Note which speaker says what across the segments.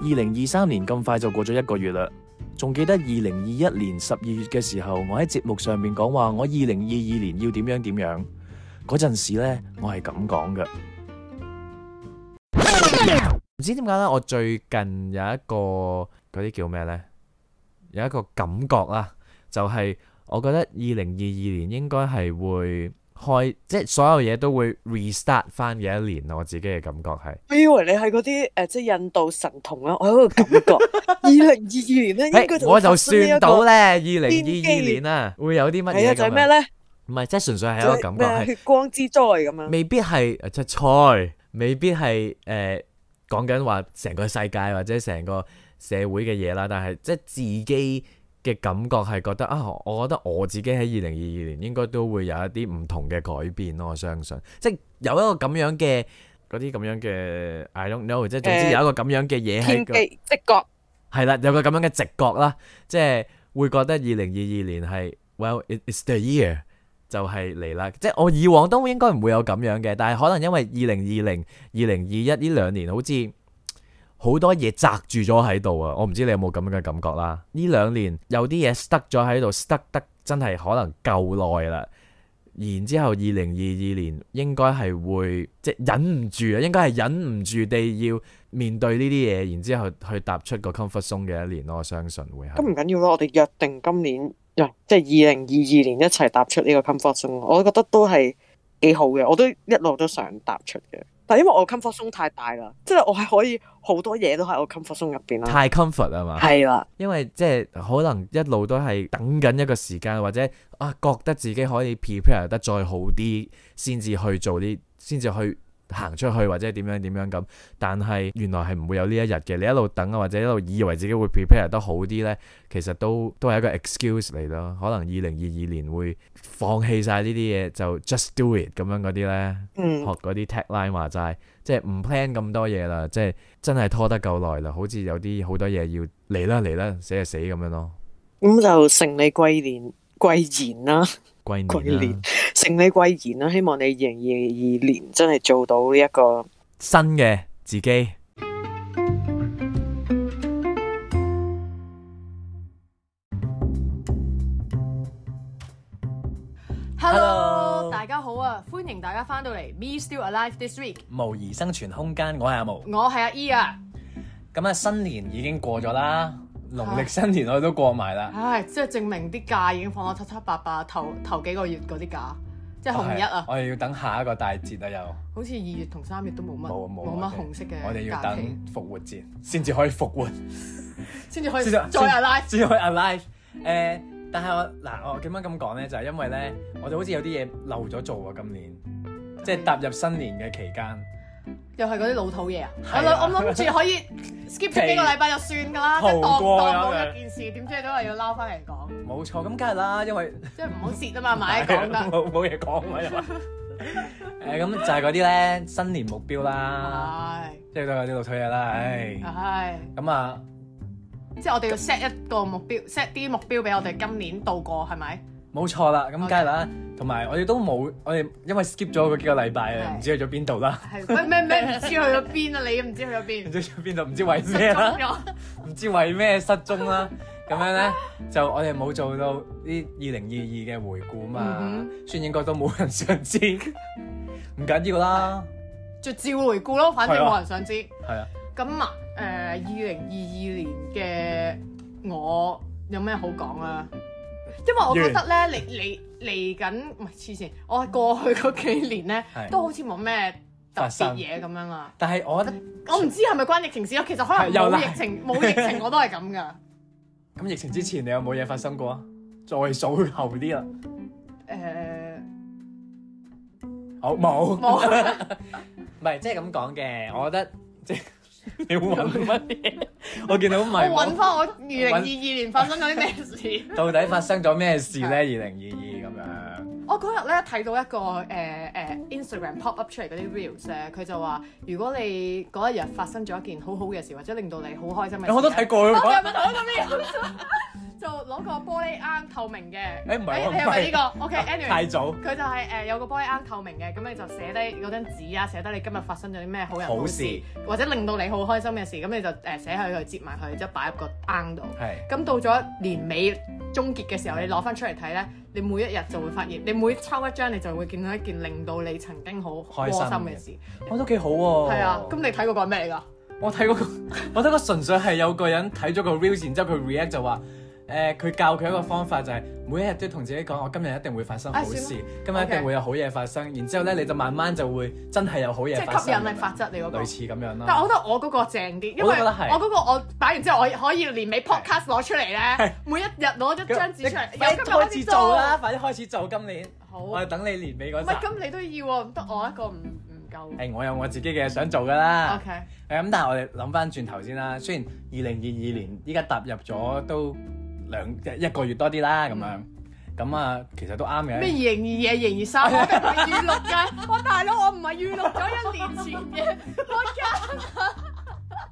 Speaker 1: 二零二三年咁快就過咗一個月啦，仲記得二零二一年十二月嘅時候，我喺節目上面講話我二零二二年要點樣點樣，嗰陣時呢，我係咁講嘅。
Speaker 2: 唔知點解咧，我最近有一個嗰啲叫咩呢？有一個感覺啦，就係、我覺得二零二二年應該係會開，即係所有嘢都會 restart 翻嘅一年。我自己嘅感覺係，
Speaker 3: 我以為你係嗰啲誒，即係印度神童啊！我有個 感覺，二零二二年咧應該
Speaker 2: 誒哎我就算到咧，二
Speaker 3: 咧，
Speaker 2: 零二二
Speaker 3: 天機
Speaker 2: 年啊，會有啲乜
Speaker 3: 係
Speaker 2: 嘢
Speaker 3: 啊，就係
Speaker 2: 咁
Speaker 3: 咩
Speaker 2: 樣？
Speaker 3: 咧？
Speaker 2: 唔係，即係純粹係一
Speaker 3: 就
Speaker 2: 個
Speaker 3: 係
Speaker 2: 感覺係
Speaker 3: 咩。啊血光之災咁樣。
Speaker 2: 未必係誒即係菜，未必呃係誒講緊話成個世界或者成個社會嘅嘢啦，但係即係自己嘅感覺係覺得啊，我覺得我自己喺二零二二年應該都會有一啲唔同嘅改變咯，我相信即係有一個咁樣嘅嗰啲咁樣嘅 I don't know，即係總之
Speaker 3: 誒
Speaker 2: 有一個咁樣嘅嘢喺
Speaker 3: 天
Speaker 2: 個。
Speaker 3: 機直覺，
Speaker 2: 係啦，有個咁樣嘅直覺啦，即係會覺得二零二二年係 well it is the year 就係嚟啦。即係我以往都應該唔會有咁樣嘅，但係可能因為二零二零、二零二一呢兩年好似好多嘢擲住咗喺度啊！我唔知你有冇咁樣嘅感覺啦。呢兩年有啲嘢 stuck 咗喺度，stuck 得真係可能夠耐啦。然之後，二零二二年應該係會即係忍唔住啊，應該係忍唔住地要面對呢啲嘢，然之後去踏出個 comfort zone 嘅一年咯。我相信會
Speaker 3: 咁
Speaker 2: 係
Speaker 3: 唔緊要咯。我哋約定今年，呃即係二零二二年一齊踏出呢個 comfort zone，我覺得都係幾好嘅。我都一路都想踏出嘅，但因為我 comfort zone 太大啦，即係我係可以好多嘢都喺我 comfort zone 入邊啦。
Speaker 2: 太 comfort 啊嘛，
Speaker 3: 係啦，
Speaker 2: 因為即係可能一路都係等緊一個時間，或者啊覺得自己可以 prepare 得再好啲，先至去做啲，先至去行出去或者點樣點樣咁。但係原來係唔會有呢一日嘅，你一路等啊，或者一路以為自己會 prepare 得好啲呢，其實都都係一個 excuse 嚟咯。可能二零二二年會放棄晒呢啲嘢，就 just do it 咁樣嗰啲呢，
Speaker 3: 嗯
Speaker 2: 學，嗰啲 tagline 話齋，即係唔 plan 咁多嘢啦，即係真係拖得夠耐啦，好似有啲好多嘢要嚟啦嚟啦，死就死咁樣咯。
Speaker 3: 咁就勝利貴年貴言啦。
Speaker 2: 貴
Speaker 3: 貴
Speaker 2: 年啦
Speaker 3: 年，承你貴言啦，希望你二零二二年真係做到呢、一個
Speaker 2: 新嘅自己。
Speaker 1: Hello
Speaker 4: Hello，大家好啊！歡迎大家翻到嚟《Me Still Alive This Week》，
Speaker 1: 無疑生存空間，我係阿毛。
Speaker 4: 我係阿 E 啊！
Speaker 1: 咁啊，新年已經過咗啦，農曆新年我哋都過埋啦。
Speaker 4: 唉，即係證明啲假已經放得七七八八，頭頭幾個月嗰啲假，即係紅一
Speaker 1: 哦係
Speaker 4: 啊，
Speaker 1: 我哋要等下一個大節啊，又
Speaker 4: 好似二月同三月都冇乜
Speaker 1: 冇啊冇
Speaker 4: 冇
Speaker 1: 我
Speaker 4: 乜
Speaker 1: 哋
Speaker 4: 紅色
Speaker 1: 我哋
Speaker 4: 嘅
Speaker 1: 要
Speaker 4: 假
Speaker 1: 等
Speaker 4: 期，
Speaker 1: 復活節先至可以復活。
Speaker 4: 先至可以
Speaker 1: 先
Speaker 4: 再
Speaker 1: 至
Speaker 4: alive。
Speaker 1: 只可以 alive。誒、但係我嗱，我點解咁講咧？就係、因為咧，我哋好似有啲嘢漏咗做啊，今年即
Speaker 4: 嗯
Speaker 1: 係踏入新年嘅期間，
Speaker 4: 又係嗰啲老土嘢啊！
Speaker 1: 係
Speaker 4: 我
Speaker 1: 啊
Speaker 4: 諗我諗住可以 skip 咗幾個禮拜就算㗎啦，即係
Speaker 1: 逃
Speaker 4: 當
Speaker 1: 過啊
Speaker 4: 當
Speaker 1: 有
Speaker 4: 冇
Speaker 1: 嘅
Speaker 4: 一件事，點知都係要撈翻嚟講，
Speaker 1: 冇錯，咁梗係啦，因為
Speaker 4: 即係唔好蝕啊嘛，買講得。
Speaker 1: 冇冇嘢講啊，因為 誒咁就係嗰啲咧新年目標啦，
Speaker 4: 係
Speaker 1: 即係都有啲老土嘢啦，
Speaker 4: 嗯
Speaker 1: 唉，
Speaker 4: 係。
Speaker 1: 咁啊
Speaker 4: 即係我哋要 set 一個目標，set 啲目標俾我哋今年度過，係咪？
Speaker 1: 冇錯啦，咁梗係啦，同埋我哋都冇，我哋因為 skip 咗嗰幾個禮拜啊，
Speaker 4: 係
Speaker 1: 唔知去咗邊度啦，
Speaker 4: 係咩咩咩唔知去咗邊啊？你唔知去咗
Speaker 1: 唔
Speaker 4: 邊？
Speaker 1: 知去咗邊度，唔知 為咩啊啦。
Speaker 4: 咗，
Speaker 1: 唔知為咩失蹤啦。咁樣咧，就我哋冇做到呢二零二二嘅回顧嘛
Speaker 4: 嗯，
Speaker 1: 雖然應該都冇人想知， 唔緊要啦，
Speaker 4: 就照回顧咯，反正
Speaker 1: 係啊
Speaker 4: 冇人想知。
Speaker 1: 係啊，
Speaker 4: 咁啊，誒二零二二年嘅我有咩好講啊？因為我覺得咧，嚟嚟嚟緊唔係黐線，我過去嗰幾年咧
Speaker 1: 係
Speaker 4: 都好似冇咩特
Speaker 1: 發生
Speaker 4: 別嘢咁樣啦。
Speaker 1: 但係我覺得
Speaker 4: 我唔知係咪關疫情事咯，其實可
Speaker 1: 係
Speaker 4: 能
Speaker 1: 又
Speaker 4: 冇
Speaker 1: 賴
Speaker 4: 疫情冇疫情我都係 咁噶。
Speaker 1: 咁疫情之前你有冇嘢發生過啊？再數後啲啦，
Speaker 4: 誒
Speaker 1: 好冇
Speaker 4: 冇。
Speaker 1: 唔係即係咁講嘅，我覺得 即係你要揾乜嘢？我見到迷
Speaker 4: 我揾
Speaker 1: 茫，
Speaker 4: 翻我二零二二年發生咗啲咩事？
Speaker 1: 到底發生咗咩事咧？二零二二咁樣，
Speaker 4: 我嗰日咧睇到一個誒誒、呃呃 Instagram pop up 出嚟嗰啲 reels 咧，佢就話如果你嗰一日發生咗一件好好嘅事，或者令到你好開心嘅事，
Speaker 2: 我都睇過
Speaker 4: 我有
Speaker 2: 佢
Speaker 4: 冇睇到咁嘅就攞個玻璃罌透明嘅，
Speaker 2: 誒唔係
Speaker 4: 誒
Speaker 2: 喎
Speaker 4: 你係
Speaker 2: 唔
Speaker 4: 咪
Speaker 2: 係
Speaker 4: 呢個 ？OK，anyway。
Speaker 2: 太早。
Speaker 4: 佢就係、誒、有個玻璃罌透明嘅，咁你就寫低嗰張紙啊，寫低你今日發生咗啲咩好人
Speaker 2: 好
Speaker 4: 好
Speaker 2: 事
Speaker 4: 事，或者令到你好開心嘅事，咁你就誒、寫喺佢接埋佢，之後擺入個罌度。
Speaker 2: 係
Speaker 4: 咁到咗年尾終結嘅時候，你攞翻出嚟睇咧，你每一日就會發現，你每抽一張你就會見到一件令到你曾經好
Speaker 2: 開
Speaker 4: 開
Speaker 2: 心
Speaker 4: 心
Speaker 2: 嘅哦
Speaker 4: 嘅事。
Speaker 2: 我哦都幾好喎。
Speaker 4: 係啊，咁你睇嗰個係咩嚟㗎？
Speaker 2: 我睇嗰個， 我覺得純粹係有個人睇咗個 reels，然之後佢 react 就話。誒佢、教佢一個方法就係、每一日都同自己講，我今日一定會發生好
Speaker 4: 哎
Speaker 2: 事
Speaker 4: 算，
Speaker 2: 今日一定
Speaker 4: OK
Speaker 2: 會有好嘢發生。然之後咧，你就慢慢就會真係有好
Speaker 4: 即
Speaker 2: 嘢發
Speaker 4: 係吸
Speaker 2: 生。
Speaker 4: 引力法則你嗰個
Speaker 2: 類。似咁樣
Speaker 4: 但
Speaker 2: 啦。
Speaker 4: 我覺得我嗰個正啲，因為
Speaker 2: 我
Speaker 4: 我
Speaker 2: 都覺得係
Speaker 4: 嗰個我擺完之後，我可以年尾 podcast 攞出嚟咧，每一日攞一張紙出嚟，
Speaker 2: 快
Speaker 4: 有
Speaker 2: 啲
Speaker 4: 今日
Speaker 2: 開
Speaker 4: 開
Speaker 2: 始
Speaker 4: 始
Speaker 2: 做
Speaker 4: 做
Speaker 2: 啦！。快啲開始做今年，
Speaker 4: 好，
Speaker 2: 我哋
Speaker 4: 唔
Speaker 2: 等你年尾嗰
Speaker 4: 係
Speaker 2: 集。
Speaker 4: 咁你都要喎，得我一個唔唔夠。
Speaker 2: 誒，我有我自己嘅想做噶啦。
Speaker 4: OK，
Speaker 2: 誒咁，但係我哋諗翻轉頭先啦。雖然二零二二年依家踏入咗都兩一個月多啲啦，咁樣咁啊，其實都啱嘅。
Speaker 4: 咩二零二二、二零二三，我哋唔係啊預錄嘅， 我大佬我唔係預錄咗一年前 嘅 podcast 啊。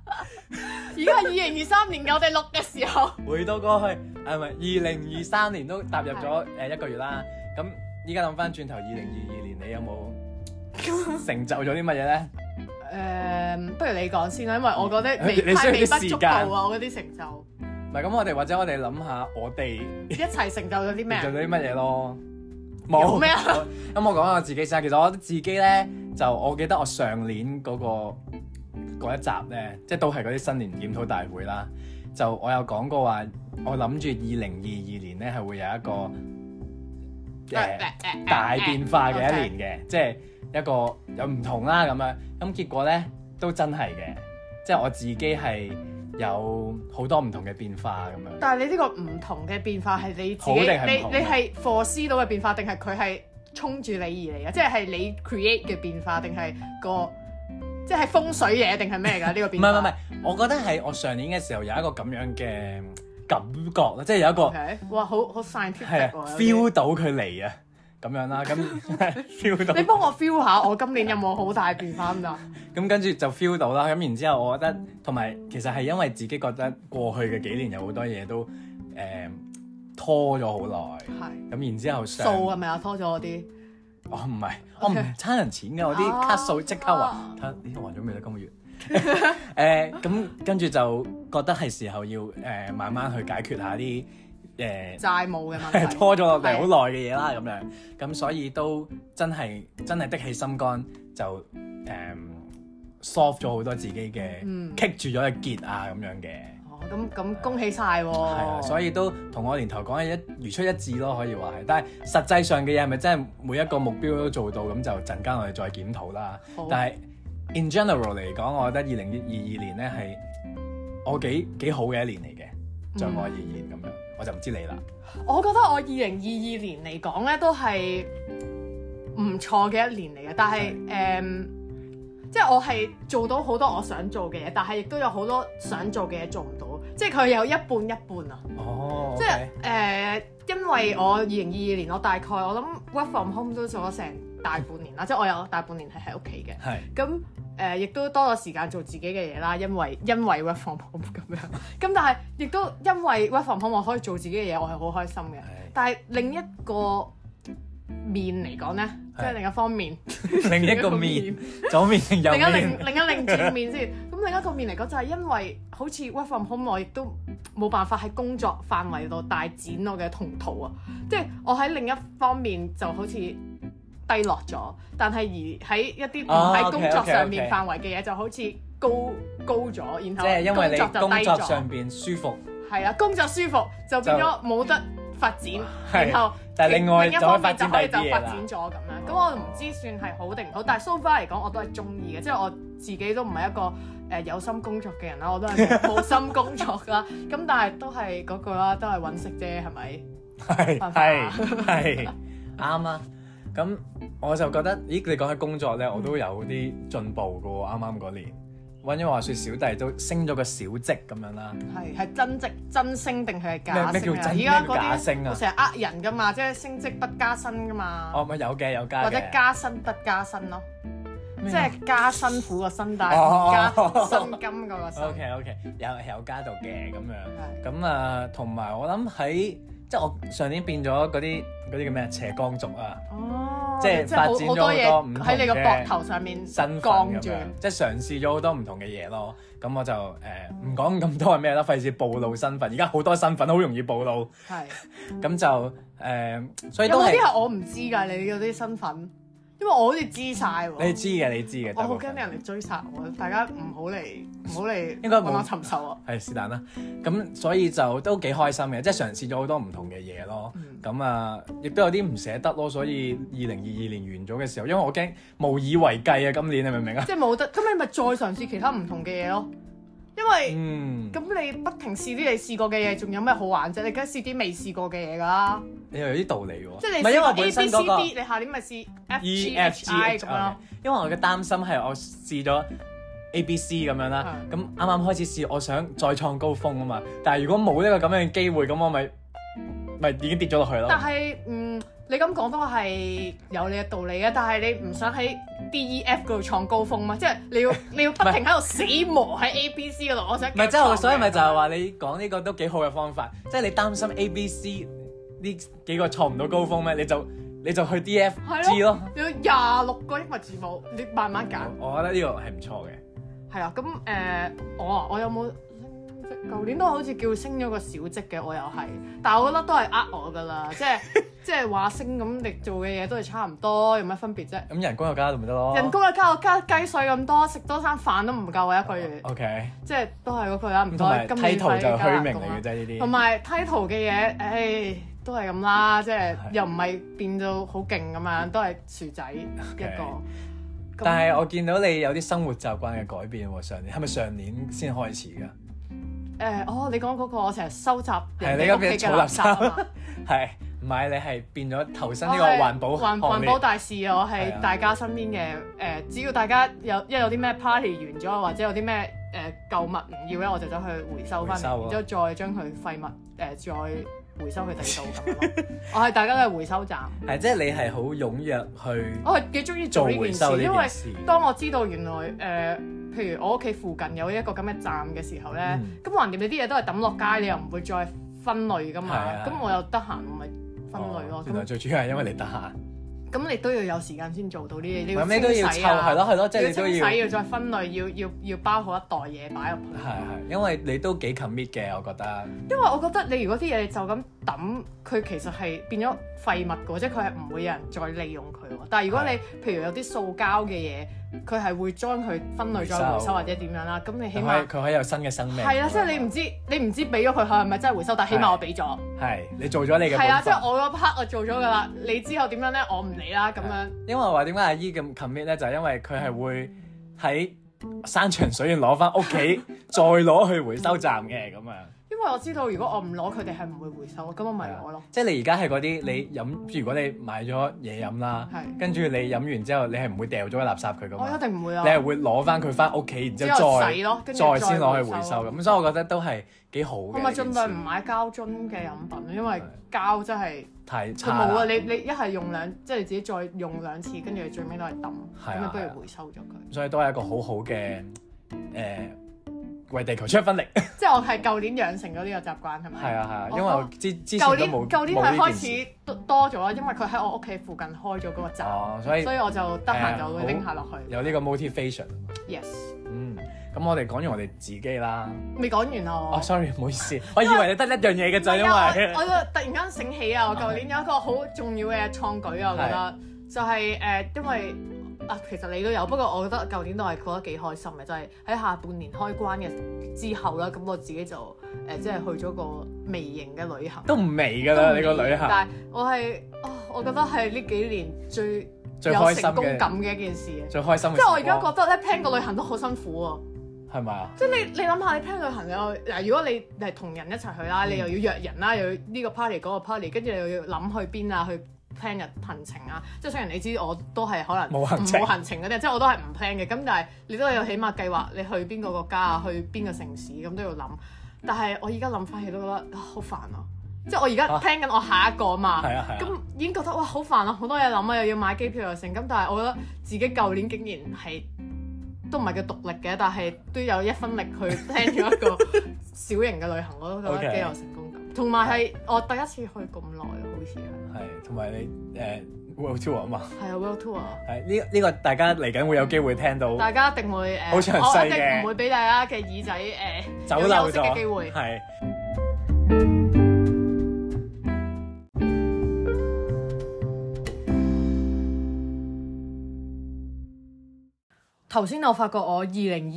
Speaker 4: 而家係二零二三年嘅我哋錄嘅時候，
Speaker 2: 回到過去係咪二零二三年都踏入咗誒一個月啦？咁依家諗翻轉頭，二零二二年你有冇成就咗啲乜嘢咧？
Speaker 4: 誒，不如你講先啦，因為我覺得
Speaker 2: 你
Speaker 4: 未
Speaker 2: 需要
Speaker 4: 太微不
Speaker 2: 啲時
Speaker 4: 足
Speaker 2: 間
Speaker 4: 道啊，我嗰啲成就，
Speaker 2: 唔係咁，我哋或者我哋諗下我哋
Speaker 4: 一齊成就咗啲咩
Speaker 2: 做
Speaker 4: 啊？
Speaker 2: 咗啲乜嘢咯？
Speaker 4: 有咩啊
Speaker 2: 我咁我講下我自己先。其實我自己咧，就我記得我上年嗰、個嗰一集咧，即係都係嗰啲新年檢討大會啦。就我有講過話，我諗住二零二二年咧係會有一個誒、大變化嘅一年嘅，即係一個有唔同啦咁樣。咁結果咧都真係嘅，即係我自己係有好多唔同嘅變化咁樣。
Speaker 4: 但係你呢個唔同嘅變化係你自
Speaker 2: 好
Speaker 4: 己，
Speaker 2: 定係唔
Speaker 4: 你
Speaker 2: 同
Speaker 4: 你係 foresee 到嘅變化，定係佢係衝住你而嚟嘅？即係係你 create 嘅變化，定係個即係風水嘢，定係咩㗎？呢個
Speaker 2: 唔
Speaker 4: 變化
Speaker 2: 係唔係唔係，我覺得係我上年嘅時候有一個咁樣嘅感覺啦，即係有一個
Speaker 4: OK，哇，好好
Speaker 2: 係
Speaker 4: scientific
Speaker 2: 啊
Speaker 4: 喎有啲
Speaker 2: feel 到佢嚟啊咁樣啦，咁 feel 到
Speaker 4: 你幫我 feel 下，我今年有冇好大變化咁啊？
Speaker 2: 咁跟住就 feel 到啦，咁然之後我覺得同埋其實係因為自己覺得過去嘅幾年有好多嘢都誒、拖咗好耐，
Speaker 4: 係
Speaker 2: 咁然之後上
Speaker 4: 數係咪啊？拖咗我啲
Speaker 2: 我哦唔係，我唔
Speaker 4: Okay
Speaker 2: 差人錢嘅，我啲
Speaker 4: 哦
Speaker 2: 卡數即刻還，睇下呢還咗未咧？今個月 誒咁跟住就覺得係時候要誒、慢慢去解決下啲誒。
Speaker 4: 債務嘅問
Speaker 2: 係
Speaker 4: 題，
Speaker 2: 拖咗落嚟好耐嘅嘢啦，咁樣咁所以都真係真係的起心肝就誒、solve 咗好多自己嘅、
Speaker 4: 嗯
Speaker 2: 棘住咗嘅結啊咁樣嘅，
Speaker 4: 哦咁咁恭喜晒喎！
Speaker 2: 係啊、所
Speaker 4: 以
Speaker 2: 以都同我年頭講嘅一如出一致咯，可以話係。但係實際上嘅嘢係咪真係每一個目標都做到咁就陣間我哋再檢討啦。但係 in general 嚟講，我覺得二零二二年咧係我幾幾好嘅一年嚟
Speaker 4: 嗯
Speaker 2: 嘅，在我而言咁樣，我就唔知你啦。
Speaker 4: 我覺得我二零二二年嚟講咧，都係唔錯嘅一年嚟嘅，但係誒、即係我係做到好多我想做嘅嘢，但係亦都有好多想做嘅嘢做唔到，即係佢有一半一半啊！
Speaker 2: 哦
Speaker 4: 即係誒、因為我二零二二年我大概我諗 work from home 都做咗成大半年啦，即係我有大半年係喺屋企嘅。
Speaker 2: 係
Speaker 4: 咁呃誒，亦、都多咗時間做自己嘅嘢啦，因為因為 work from home 咁樣。咁但係亦都因為 work from home 我可以做自己嘅嘢，我係好開心嘅。但係另一個面嚟講呢，
Speaker 2: 係
Speaker 4: 即係 另一方面，
Speaker 2: 另一個面，左面定右
Speaker 4: 另一另
Speaker 2: 面？
Speaker 4: 另一另正面先。咁另一個面嚟講就係因為好似 work from home，我亦都冇辦法喺工作範圍度大展我嘅同途啊。即係我喺另一方面就好似低落咗，但係而喺一啲唔
Speaker 2: 哦，OK，OK，OK
Speaker 4: 喺工作上面範圍嘅嘢就好似高高咗，
Speaker 2: 即係
Speaker 4: 然
Speaker 2: 因
Speaker 4: 後
Speaker 2: 為
Speaker 4: 工作
Speaker 2: 你
Speaker 4: 就
Speaker 2: 工
Speaker 4: 低
Speaker 2: 作
Speaker 4: 咗
Speaker 2: 上。邊舒服，
Speaker 4: 係啦，工作舒服就變咗冇得發展，
Speaker 2: 係
Speaker 4: 然後
Speaker 2: 但係另外
Speaker 4: 另一方面
Speaker 2: 就
Speaker 4: 就
Speaker 2: 可
Speaker 4: 可
Speaker 2: 以發展
Speaker 4: 以就
Speaker 2: 第二啲嘢
Speaker 4: 發
Speaker 2: 啦
Speaker 4: 展咗咁啊樣。咁我唔知算係好定唔好，但係 so far 嚟講我都係中意嘅，即係我自己都唔係一個誒、呃有心工作嘅人啦，我都係冇心工作啦。 咁但係都係嗰句啦，都係揾食啫，係咪？
Speaker 2: 係
Speaker 4: 辦法
Speaker 2: 係
Speaker 4: 啊
Speaker 2: 係啱啊！咁我就覺得，咦？你講起工作咧，我都有啲進步嘅喎。啱啱嗰年，温咗話説小弟都升咗個小職咁樣啦，
Speaker 4: 係係真職真升定係假
Speaker 2: 咩咩
Speaker 4: 升
Speaker 2: 叫
Speaker 4: 啊？
Speaker 2: 真
Speaker 4: 而家
Speaker 2: 咩叫假
Speaker 4: 嗰
Speaker 2: 升
Speaker 4: 啲
Speaker 2: 啊
Speaker 4: 我成日呃人噶嘛，即係升職不加薪噶嘛，
Speaker 2: 哦咪有嘅有加嘅，
Speaker 4: 或者加薪不加薪咯，
Speaker 2: 咩啊
Speaker 4: 即係加辛苦個辛，但
Speaker 2: 哦
Speaker 4: 係唔加薪金嗰個薪。
Speaker 2: OK OK 有有加到嘅咁樣，
Speaker 4: 係
Speaker 2: 咁啊同埋我諗喺即係我上年變咗嗰啲嗰啲叫咩啊斜光族啊。
Speaker 4: 哦，
Speaker 2: 即係
Speaker 4: 係好
Speaker 2: 發展咗
Speaker 4: 好多
Speaker 2: 好多唔
Speaker 4: 嘢
Speaker 2: 同
Speaker 4: 喺你個
Speaker 2: 嘅
Speaker 4: 膊頭上面
Speaker 2: 身份
Speaker 4: 降
Speaker 2: 咁
Speaker 4: 住，
Speaker 2: 樣，即係嘗試咗好多唔同嘅嘢咯。咁我就誒唔講咁多係咩啦，費事暴露身份。而家好多身份好容易暴露，
Speaker 4: 係。
Speaker 2: 咁就誒、呃所以
Speaker 4: 有
Speaker 2: 都
Speaker 4: 冇啲
Speaker 2: 係
Speaker 4: 係我唔知㗎？你嗰啲身份，因為我好似知晒喎。
Speaker 2: 你知嘅，你知嘅。
Speaker 4: 我
Speaker 2: 大
Speaker 4: 好
Speaker 2: 部
Speaker 4: 驚
Speaker 2: 分
Speaker 4: 人嚟追殺我，大家唔好嚟，唔好嚟，
Speaker 2: 應該冇
Speaker 4: 揾我尋仇啊！
Speaker 2: 係是但啦。咁所以就都幾開心嘅，即係嘗試咗好多唔同嘅嘢咯。咁啊，亦都有啲唔捨得咯。所以二零二二年完咗嘅時候，因為我驚無以為繼啊，今年你明唔明啊？
Speaker 4: 即係冇得，咁你咪再嘗試其他唔同嘅嘢咯。因為
Speaker 2: 嗯，
Speaker 4: 咁你不停試啲你試過嘅嘢，仲有咩好玩啫？你梗係試啲未試過嘅嘢㗎啦。
Speaker 2: 你又有啲道理喎。
Speaker 4: 即係
Speaker 2: 哦唔
Speaker 4: 你
Speaker 2: 係因為
Speaker 4: 試
Speaker 2: 我
Speaker 4: 過
Speaker 2: 本
Speaker 4: A、B、C、
Speaker 2: 身嗰個
Speaker 4: D，你下年咪試 F、
Speaker 2: E
Speaker 4: G、
Speaker 2: F G
Speaker 4: H、I
Speaker 2: H
Speaker 4: 咁
Speaker 2: 咁
Speaker 4: 啦。
Speaker 2: 因為我嘅擔心係我試咗 A B C 咁樣啦，
Speaker 4: 嗯
Speaker 2: 咁啱啱開始試，我想再創高峰啊嘛。但係如果冇呢個咁樣嘅機會，咁我咪咪已經跌咗落去咯。
Speaker 4: 但係嗯，你咁講都係有你嘅道理嘅，但係你唔想喺 D、E、F 嗰度創高峰嘛？即係 你要你要不停喺度死磨喺 A、B、C 嗰度，我想
Speaker 2: 唔係，即係
Speaker 4: 係
Speaker 2: 我所以咪就係話你講呢個都幾好嘅方法，即係你擔心 A B C 呢幾個創唔到高峰咩？你就你就去 D F
Speaker 4: 係
Speaker 2: G 咯。
Speaker 4: 你要廿六個英文字母，你慢慢揀。
Speaker 2: 我我覺得呢個係唔錯嘅。
Speaker 4: 係啦，咁誒、呃我啊，我有冇升職？舊年都好似叫升咗個小職嘅，我又係，但係我覺得都係呃我㗎啦，即係即係話升咁，你做嘅嘢都係差唔多，有乜分別啫？
Speaker 2: 咁人工又加到咪得咯。
Speaker 4: 人工又加我加雞碎咁多，食多餐飯都唔夠啊一個月。
Speaker 2: O K，
Speaker 4: 即係都係嗰句啦，唔
Speaker 2: 哦咁同埋
Speaker 4: 該。今年
Speaker 2: title 就虛名嚟嘅
Speaker 4: 嘅
Speaker 2: 啫，呢啲。
Speaker 4: 啊同埋 title 嘅嘢，唉，都係咁啦，即係
Speaker 2: 係
Speaker 4: 又唔係變到好勁咁樣，都係薯仔一個。咁
Speaker 2: 但係我見到你有啲生活習慣嘅改變喎，上年係咪上年先開始㗎？
Speaker 4: 誒，哦，你講嗰個我成日收集
Speaker 2: 係
Speaker 4: 人
Speaker 2: 你
Speaker 4: 哋
Speaker 2: 嗰
Speaker 4: 屋企嘅
Speaker 2: 邊
Speaker 4: 垃
Speaker 2: 儲
Speaker 4: 圾
Speaker 2: 垃圾
Speaker 4: 啊嘛，
Speaker 2: 係，唔係你係變咗投身呢個
Speaker 4: 我係
Speaker 2: 環保
Speaker 4: 環
Speaker 2: 行
Speaker 4: 環
Speaker 2: 列
Speaker 4: 保，大使啊，我
Speaker 2: 係啊嗯
Speaker 4: 係大家身邊嘅誒，只要大家有一有啲咩 party 完咗，或者有啲咩誒舊物唔要咧，我就走去回收翻
Speaker 2: 回收啊
Speaker 4: 嚟，然之後再將佢廢物誒再回收去第二度咁 樣咯。我係大家嘅回收站。
Speaker 2: 係即係你係好踴躍去
Speaker 4: 我哦係幾中意
Speaker 2: 做
Speaker 4: 做呢
Speaker 2: 回
Speaker 4: 件
Speaker 2: 收
Speaker 4: 事，因
Speaker 2: 呢
Speaker 4: 為
Speaker 2: 件事。
Speaker 4: 當我知道原來誒、呃譬如我屋企附近有一個咁嘅站嘅時候咧，
Speaker 2: 嗯
Speaker 4: 咁、橫掂你啲嘢都係抌落街，你又唔會再分類噶嘛
Speaker 2: 係啊，
Speaker 4: 咁我又得閒，我咪分類
Speaker 2: 哦
Speaker 4: 咯。
Speaker 2: 原來
Speaker 4: 咁
Speaker 2: 最主要係因為你得閒，
Speaker 4: 咁你都要有時間先做到呢啲，你
Speaker 2: 咁
Speaker 4: 要
Speaker 2: 嗯你都要
Speaker 4: 清
Speaker 2: 湊
Speaker 4: 洗
Speaker 2: 係咯
Speaker 4: 啊，
Speaker 2: 係咯，即係
Speaker 4: 要
Speaker 2: 你都
Speaker 4: 清洗，
Speaker 2: 要係
Speaker 4: 要再分類，要要要包好一袋嘢擺入去。
Speaker 2: 係，因為你都幾 commit 嘅，我覺得
Speaker 4: 因為我覺得你如果啲嘢就咁抌，佢其實係變咗廢物嘅，即係佢係唔會有人再利用佢喎。但係如果你譬如有啲塑膠嘅嘢，佢係會將佢分類再
Speaker 2: 回
Speaker 4: 回
Speaker 2: 收
Speaker 4: 收或者點樣啦，咁你起
Speaker 2: 佢可以
Speaker 4: 碼
Speaker 2: 佢可以有新嘅生命。
Speaker 4: 係啊啦，即係你唔知你唔知俾咗佢佢係咪真係回收，但係起
Speaker 2: 係
Speaker 4: 碼我俾咗，
Speaker 2: 係你做咗你嘅
Speaker 4: 係啊啦，
Speaker 2: 本
Speaker 4: 即
Speaker 2: 分
Speaker 4: 係。我嗰 part 我做咗㗎啦，你之後點樣咧我唔理啦咁樣。
Speaker 2: 因為話點解阿姨咁 commit 咧，就係因為佢係會喺山長水遠攞翻屋企，再攞去回收站嘅咁樣。
Speaker 4: 因為我知道如果我唔攞佢哋係唔會回收，咁我咪
Speaker 2: 係啊
Speaker 4: 攞咯。嗯
Speaker 2: 即係你而家係嗰啲你飲，如果你買咗嘢飲啦，
Speaker 4: 係
Speaker 2: 跟住你飲完之後，你係唔會掉咗個垃圾佢噶
Speaker 4: 我
Speaker 2: 嘛
Speaker 4: 一，定唔會啊
Speaker 2: 你。係會攞翻佢翻屋企，然之
Speaker 4: 之
Speaker 2: 後
Speaker 4: 後
Speaker 2: 再
Speaker 4: 洗咯跟住
Speaker 2: 再
Speaker 4: 再
Speaker 2: 先攞去回收
Speaker 4: 回收
Speaker 2: 咁，所以我覺得都係幾好嘅。
Speaker 4: 我咪盡量唔
Speaker 2: 呢
Speaker 4: 買膠樽嘅飲品，因為
Speaker 2: 係
Speaker 4: 膠真係。
Speaker 2: 件事太
Speaker 4: 佢
Speaker 2: 差
Speaker 4: 冇
Speaker 2: 啦。
Speaker 4: 啊！你你一係用兩，即係你自己再用兩次，跟住最尾都係抌，
Speaker 2: 係啊
Speaker 4: 咁你不
Speaker 2: 係啊
Speaker 4: 如回收咗佢。
Speaker 2: 所以都係一個好好嘅誒，為地球出一分力。
Speaker 4: 即係我係舊年養成咗呢個習慣，係咪？
Speaker 2: 係啊係啊，
Speaker 4: 我
Speaker 2: 因為我之之前
Speaker 4: 哦舊
Speaker 2: 都
Speaker 4: 年
Speaker 2: 冇
Speaker 4: 舊年
Speaker 2: 冇
Speaker 4: 係
Speaker 2: 呢
Speaker 4: 開
Speaker 2: 件事
Speaker 4: 始多多咗啦，啊因為佢喺我屋企附近開咗嗰個站，
Speaker 2: 哦，所以
Speaker 4: 所以我就得閒就
Speaker 2: 誒好
Speaker 4: 會拎下落去。
Speaker 2: 有呢個 motivation。啊
Speaker 4: Yes，
Speaker 2: 嗯，咁我哋講完我哋自己啦。
Speaker 4: 未講完啊！
Speaker 2: 哦
Speaker 4: 我
Speaker 2: ，sorry，唔好意思，我以為你得一樣嘢嘅就因
Speaker 4: 唔係啊
Speaker 2: 為
Speaker 4: 我我就突然間醒起啊！我舊年有一個好重要嘅創舉啊，我覺得就係誒，因為啊，其實你都有，不過我覺得舊年都係過得幾開心嘅，就係喺下半年開關嘅之後啦，咁我自己就誒即係去咗個微型嘅旅行。
Speaker 2: 都唔微㗎啦，你個旅行
Speaker 4: 但係我係啊，我覺得係呢幾年最
Speaker 2: 最開
Speaker 4: 有
Speaker 2: 心
Speaker 4: 成功感
Speaker 2: 嘅，
Speaker 4: 嘅一件事啊！
Speaker 2: 最開心嘅時光。
Speaker 4: 即係我而家覺得咧 plan 個旅行都好辛苦喎。
Speaker 2: 係咪啊？
Speaker 4: 即係你你諗下，你 plan 旅行你又嗱，如果你
Speaker 2: 嗯
Speaker 4: 係同人一齊去啦，你又要約人啦，又要呢個 party 嗰個 party，跟住你又要諗去邊啊，去 plan 日行程啊。即係雖然你知我都係可能
Speaker 2: 冇行程
Speaker 4: 冇行程嗰啲，即係我都係唔 plan 嘅。咁但係你都有起碼計劃你去邊個國家啊，
Speaker 2: 嗯
Speaker 4: 去邊個城市咁都要諗。但係我而家諗翻起都覺得啊好煩啊！即係我而家
Speaker 2: 啊
Speaker 4: plan 緊我下一個嘛。
Speaker 2: 係啊係
Speaker 4: 咁
Speaker 2: 啊，
Speaker 4: 已經覺得哇好煩啊，好多嘢諗啊，又要買機票又成咁，但係我覺得自己舊年竟然係都唔係叫獨立嘅，但係都有一分力去 plan 咗一個小型嘅旅行，我都覺得
Speaker 2: OK
Speaker 4: 幾有成功感。同埋係我第一次去咁耐，啊好似係
Speaker 2: 係同埋你誒 World Tour 啊嘛，
Speaker 4: 係啊 World Tour 啊。
Speaker 2: 係呢呢個大家嚟緊會有機會聽到
Speaker 4: 大家一定會誒，
Speaker 2: 好詳細嘅
Speaker 4: 我一定唔會俾大家嘅耳仔誒、呃
Speaker 2: 走
Speaker 4: 有
Speaker 2: 漏
Speaker 4: 休息
Speaker 2: 咗
Speaker 4: 嘅機會。
Speaker 2: 係。
Speaker 4: 頭先我發覺我二零二二年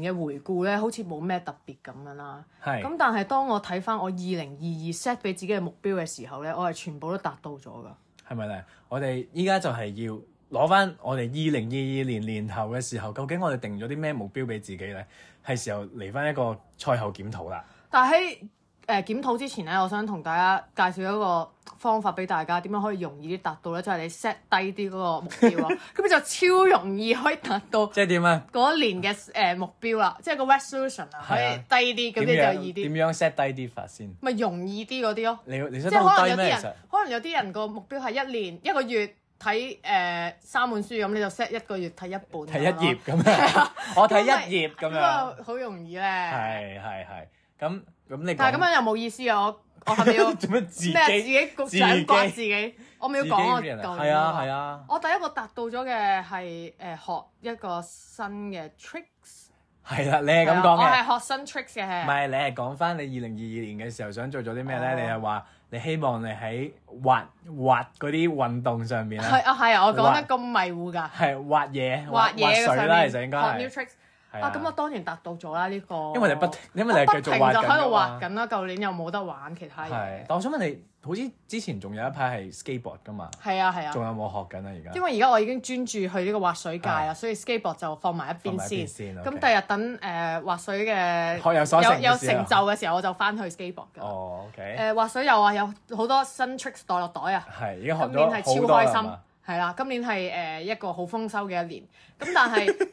Speaker 4: 嘅回顧咧，好似冇咩特別咁樣啦。
Speaker 2: 係
Speaker 4: 咁但係當我睇翻我二零二二 set 俾自己嘅目標嘅時候咧，我係全部都達到咗㗎。
Speaker 2: 係咪咧？我哋依家就係要攞翻我哋二零二二年年頭嘅時候，究竟我哋定咗啲咩目標俾自己咧？係時候嚟翻一個賽後檢討啦。
Speaker 4: 但喺誒、呃、檢討之前咧，我想同大家介紹一個方法俾大家，點樣可以容易啲達到咧？就係、你 set 低啲嗰個目 標啊，咁你就超容易可以達到
Speaker 2: 即係點啊？
Speaker 4: 嗰一年嘅誒、呃目標啦，即係個 resolution 啊，可
Speaker 2: 係啊
Speaker 4: 以低啲，咁
Speaker 2: 點
Speaker 4: 你就
Speaker 2: 樣
Speaker 4: 易
Speaker 2: 點
Speaker 4: 啲，
Speaker 2: 樣 set 低啲法先？
Speaker 4: 咪容易啲嗰啲咯。
Speaker 2: 你你想
Speaker 4: 即係可
Speaker 2: 好
Speaker 4: 能有
Speaker 2: 低咩？
Speaker 4: 啲
Speaker 2: 其實
Speaker 4: 人，可能有啲人個目標係一年一個月睇誒、呃三本書咁，你就 set 一個月睇一本，
Speaker 2: 睇一頁咁 樣，我睇一頁咁樣，
Speaker 4: 啊樣，好容易咧。
Speaker 2: 係係係。咁咁你
Speaker 4: 但係咁
Speaker 2: 樣
Speaker 4: 樣又冇意思啊！我我係咪要？
Speaker 2: 做乜自己
Speaker 4: 咩？啊自己局長刮自己，我咪要
Speaker 2: 自己
Speaker 4: 講我
Speaker 2: realize-
Speaker 4: 舊
Speaker 2: 係
Speaker 4: 年
Speaker 2: 啊
Speaker 4: 話
Speaker 2: 係啊
Speaker 4: 我第一個達到咗嘅係誒學一個新嘅 tricks，
Speaker 2: 係啦？你係咁
Speaker 4: 係啊
Speaker 2: 講
Speaker 4: 我
Speaker 2: 嘅。
Speaker 4: 係學新 tricks 嘅
Speaker 2: 唔
Speaker 4: 係。
Speaker 2: 係，你係講翻你二零二二年嘅時候想做咗啲咩咧？
Speaker 4: 哦
Speaker 2: 你係話你希望你喺滑滑嗰啲運動上面
Speaker 4: 係
Speaker 2: 啦，
Speaker 4: 啊係啊，我講得咁迷糊㗎，
Speaker 2: 係滑嘢、
Speaker 4: 畫嘢嘅
Speaker 2: 水
Speaker 4: 上
Speaker 2: 啦，
Speaker 4: 面
Speaker 2: 其實應該
Speaker 4: 學 new
Speaker 2: 係
Speaker 4: tricks
Speaker 2: 係
Speaker 4: 啊，咁我當然達到咗啦呢個。
Speaker 2: 因為你不停，因為
Speaker 4: 我
Speaker 2: 你
Speaker 4: 不
Speaker 2: 係
Speaker 4: 停
Speaker 2: 繼
Speaker 4: 就
Speaker 2: 續滑緊
Speaker 4: 喺
Speaker 2: 㗎
Speaker 4: 度
Speaker 2: 嘛
Speaker 4: 畫緊啦，舊年又冇得玩其他
Speaker 2: 係
Speaker 4: 嘢，。
Speaker 2: 但我想問你，好似之前仲有一排係 skateboard 㗎嘛？
Speaker 4: 係啊係啊
Speaker 2: 仲，有冇學緊啊？而家
Speaker 4: 因為而家我已經專注去呢個滑水界啦，所以 skateboard 就放埋一
Speaker 2: 放
Speaker 4: 邊
Speaker 2: 埋一邊
Speaker 4: 先。
Speaker 2: 先
Speaker 4: 咁
Speaker 2: OK
Speaker 4: 第日等誒滑水嘅
Speaker 2: 學有所成嘅
Speaker 4: 有
Speaker 2: 時候
Speaker 4: 成就嘅時候，我就翻去 skateboard 㗎啦。
Speaker 2: 哦，OK，
Speaker 4: 誒滑水有啊，有好多新 tricks 袋落袋啊！
Speaker 2: 係已經 學
Speaker 4: 今年
Speaker 2: 咗
Speaker 4: 係
Speaker 2: 好
Speaker 4: 超
Speaker 2: 多
Speaker 4: 開
Speaker 2: 啦係
Speaker 4: 心
Speaker 2: 嘛。，
Speaker 4: 係啦，今年係誒一個好豐收嘅一年。咁但 係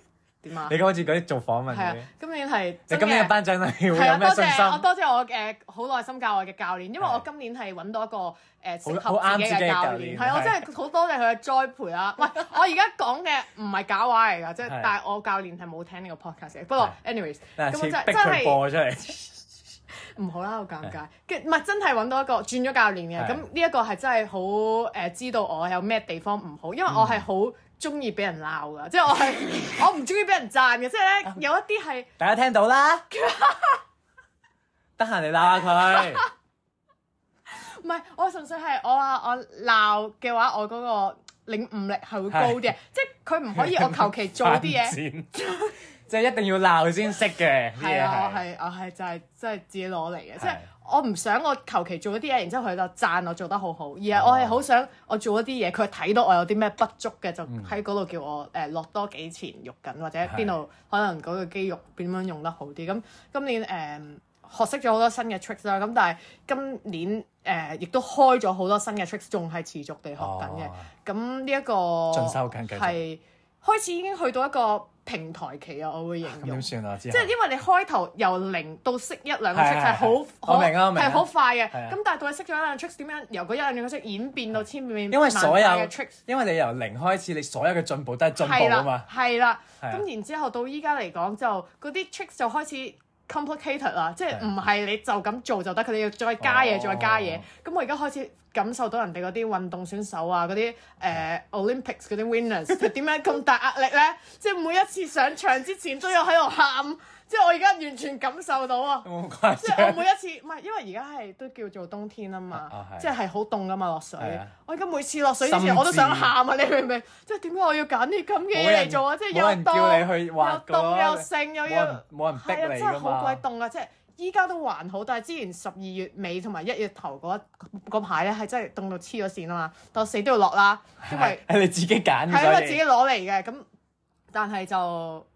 Speaker 4: 點啊
Speaker 2: 你？開始嗰啲做訪問
Speaker 4: 係
Speaker 2: 嗰
Speaker 4: 啊
Speaker 2: 啲，，
Speaker 4: 今年係
Speaker 2: 你
Speaker 4: 真
Speaker 2: 今年嘅
Speaker 4: 嘅。
Speaker 2: 頒獎禮會
Speaker 4: 係啊，
Speaker 2: 有咩
Speaker 4: 多
Speaker 2: 信
Speaker 4: 謝我
Speaker 2: 心？
Speaker 4: 多謝我誒好耐心教我嘅教練，因為我
Speaker 2: 係
Speaker 4: 今年係揾到一個誒適
Speaker 2: 好好
Speaker 4: 合
Speaker 2: 啱
Speaker 4: 自己
Speaker 2: 自己
Speaker 4: 嘅
Speaker 2: 嘅
Speaker 4: 教
Speaker 2: 教練
Speaker 4: 練，係我
Speaker 2: 係
Speaker 4: 真係好多謝佢嘅栽培啦。 喂，我而家講嘅唔係假話嚟㗎，即
Speaker 2: 係
Speaker 4: 係但係我教練係冇聽呢個 podcast 嘅。不過，anyways，
Speaker 2: 嗱，
Speaker 4: 咁我
Speaker 2: 似
Speaker 4: 真係
Speaker 2: 逼
Speaker 4: 真係
Speaker 2: 佢播出嚟，
Speaker 4: 唔好啦，好尷尬。跟唔係真係揾到一個轉咗教練嘅，
Speaker 2: 係
Speaker 4: 咁呢一個係真係好誒，知道我有咩地方唔好，因為
Speaker 2: 嗯
Speaker 4: 我係好中意俾人鬧噶，即 係我係我唔中意俾人讚嘅，即係
Speaker 2: 啊
Speaker 4: 咧有一啲係
Speaker 2: 大家聽到啦。 得閒你鬧下佢。
Speaker 4: 唔係我純粹係我話我鬧嘅話，我嗰個領悟力係會高啲嘅，即係佢唔 可以我求其做啲 嘢。
Speaker 2: 嘢，即係一定要鬧先識嘅啲
Speaker 4: 係
Speaker 2: 嘢
Speaker 4: 啊，我
Speaker 2: 係。
Speaker 4: 係我係就係即係自己攞嚟嘅，即
Speaker 2: 係
Speaker 4: 係我唔想我求其做一啲嘢，然之後佢就讚我做得好好，而
Speaker 2: 哦
Speaker 4: 係我係好想我做一啲嘢，佢睇到我有啲咩不足嘅，就
Speaker 2: 嗯
Speaker 4: 喺嗰度叫我誒落多幾錢肉緊，或者邊度可能嗰個肌肉點樣用得好啲。咁今年誒、學識咗好多新嘅 tricks 啦，咁但係今年誒、亦都開咗好多新嘅 tricks，仲係持續地學緊嘅。
Speaker 2: 哦
Speaker 4: 咁呢一個
Speaker 2: 進修緊繼續
Speaker 4: 係開始已經去到一個平台期啊，我會形
Speaker 2: 咁
Speaker 4: 容
Speaker 2: 點。算啊？之
Speaker 4: 即係
Speaker 2: 後
Speaker 4: 因為你開頭由零到識一兩個
Speaker 2: 係
Speaker 4: trick 係
Speaker 2: 係
Speaker 4: 好好
Speaker 2: 我明啊我明啊
Speaker 4: 係好快嘅，
Speaker 2: 係啊
Speaker 4: 咁但係到你識咗一兩個 trick 點樣由嗰一兩個 trick 演變到千變
Speaker 2: 因為
Speaker 4: 萬
Speaker 2: 所有
Speaker 4: 化嘅 trick，
Speaker 2: 因為你由零開始，你所有嘅進步都係進步
Speaker 4: 係
Speaker 2: 啊
Speaker 4: 啦
Speaker 2: 嘛。
Speaker 4: 係啦，
Speaker 2: 係啊
Speaker 4: 咁然之後到依家嚟講就嗰啲 trick 就開始 complicated 啦，即係
Speaker 2: 係
Speaker 4: 唔係你就咁做就得，佢哋要再加嘢
Speaker 2: 哦
Speaker 4: 再加嘢。咁我而家開始感受到人哋嗰啲運動選手啊，嗰啲誒 Olympics 嗰啲 winners 佢點解咁大壓力咧？即係每一次上場之前都要喺度喊，即係我而家完全感受到啊！
Speaker 2: 有冇誇
Speaker 4: 即係我
Speaker 2: 張？
Speaker 4: 每一次，唔係因為而家係都叫做冬天啊嘛，
Speaker 2: 啊係
Speaker 4: 即係好凍噶嘛落水
Speaker 2: 係啊。
Speaker 4: 我而家每次落水之前
Speaker 2: 心
Speaker 4: 我都想喊啊！你明唔明？即係點解我要揀啲咁嘅
Speaker 2: 冇
Speaker 4: 嘢
Speaker 2: 人
Speaker 4: 嚟做啊？即係又
Speaker 2: 冇人
Speaker 4: 凍
Speaker 2: 叫你去
Speaker 4: 又
Speaker 2: 滑
Speaker 4: 凍又
Speaker 2: 㗎，
Speaker 4: 剩又
Speaker 2: 冇
Speaker 4: 要
Speaker 2: 人冇人
Speaker 4: 係啊！
Speaker 2: 逼
Speaker 4: 真
Speaker 2: 你
Speaker 4: 係
Speaker 2: 㗎
Speaker 4: 好鬼
Speaker 2: 嘛。
Speaker 4: 凍啊！即係依家都還好，但係之前十二月尾同埋一月頭嗰嗰排咧係真係凍到黐咗線啊嘛，但我死都要落啦，因為。
Speaker 2: 係啊你自己揀
Speaker 4: 係啊，
Speaker 2: 嘅，
Speaker 4: 自己攞嚟嘅。咁但係就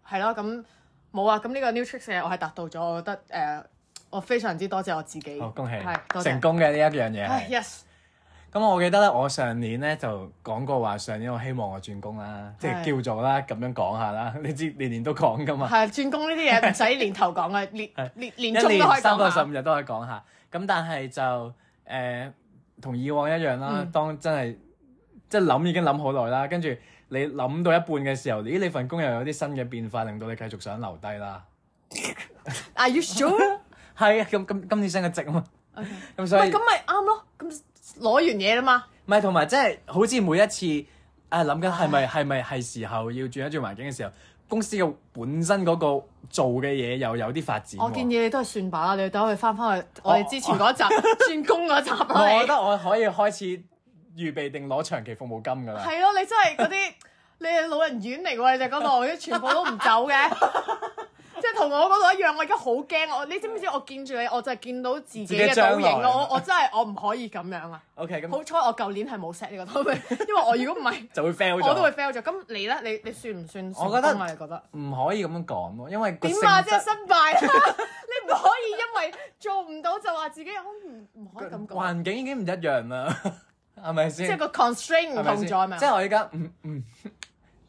Speaker 4: 係咯，咁冇啊。咁呢個 new tricks 嘅我係達到咗，我覺得誒、我非常之多謝我自己。
Speaker 2: 好恭喜
Speaker 4: 係多，謝
Speaker 2: 成功嘅呢一樣嘢
Speaker 4: 唉
Speaker 2: 係。
Speaker 4: ，yes，
Speaker 2: 咁我記得咧，我上年咧就講過話，上年我希望我轉工啦，即係
Speaker 4: 係
Speaker 2: 叫做啦，咁樣講下啦。 你知年年都講噶嘛？
Speaker 4: 係轉工呢啲嘢唔使年頭講啊，年
Speaker 2: 啊係
Speaker 4: 年
Speaker 2: 一
Speaker 4: 年中都可
Speaker 2: 年
Speaker 4: 以
Speaker 2: 三百
Speaker 4: 講啊
Speaker 2: 十五
Speaker 4: 下。
Speaker 2: 日都可以講下。咁但係就誒、呃同以往一樣啦。
Speaker 4: 嗯
Speaker 2: 當真係即係諗已經諗好耐啦，跟住你諗到一半嘅時候，咦？你份工又有啲新嘅變化，令到你繼續想留低啦。
Speaker 4: 嗯 Are you sure？
Speaker 2: 係啊，咁咁今次升嘅職啊嘛，
Speaker 4: OK
Speaker 2: 咁所
Speaker 4: 喂，
Speaker 2: 以
Speaker 4: 咁咪啱咯，咁攞完嘢啦嘛，
Speaker 2: 唔係同埋即係好似每一次啊諗緊係咪係咪係時候要轉一轉環境嘅時候，公司嘅本身嗰個做嘅嘢又有啲發展喎。
Speaker 4: 我建議你都係算吧啦，你等佢翻翻去我哋之前嗰集 轉工嗰集
Speaker 2: 哦
Speaker 4: 啊
Speaker 2: 我覺
Speaker 4: 啦，
Speaker 2: 得我可以開始預備定攞長期服務金㗎
Speaker 4: 你
Speaker 2: 啦。
Speaker 4: 係咯，你真係嗰啲 你係老人院嚟喎，你就嗰 度你全部都唔走嘅。即係同我嗰度一樣，我而家好驚我，你知唔知我見住你，我就係見到自己
Speaker 2: 自己
Speaker 4: 嘅
Speaker 2: 將
Speaker 4: 倒
Speaker 2: 來
Speaker 4: 影咯。我我真係我唔可以咁樣啊！
Speaker 2: OK，咁
Speaker 4: 好彩我舊年係冇 set 呢個 topic，因 為我如果唔係，
Speaker 2: 就會 fail 咗。
Speaker 4: 我都會 fail 咗。咁你咧，你你算唔算成
Speaker 2: 我
Speaker 4: 功
Speaker 2: 覺得
Speaker 4: 啊？你覺得？
Speaker 2: 唔可以咁樣講咯，因為個
Speaker 4: 點
Speaker 2: 性
Speaker 4: 啊！
Speaker 2: 質
Speaker 4: 即係失敗啦！ 你唔可以因為做唔到就話自己我唔唔可以咁講，
Speaker 2: 環境已經唔一樣啦， 係咪
Speaker 4: 即
Speaker 2: 先？
Speaker 4: 係個 constraint
Speaker 2: 係
Speaker 4: 唔
Speaker 2: 咪
Speaker 4: 同
Speaker 2: 先
Speaker 4: 咗係咪啊
Speaker 2: 即係我而家唔唔，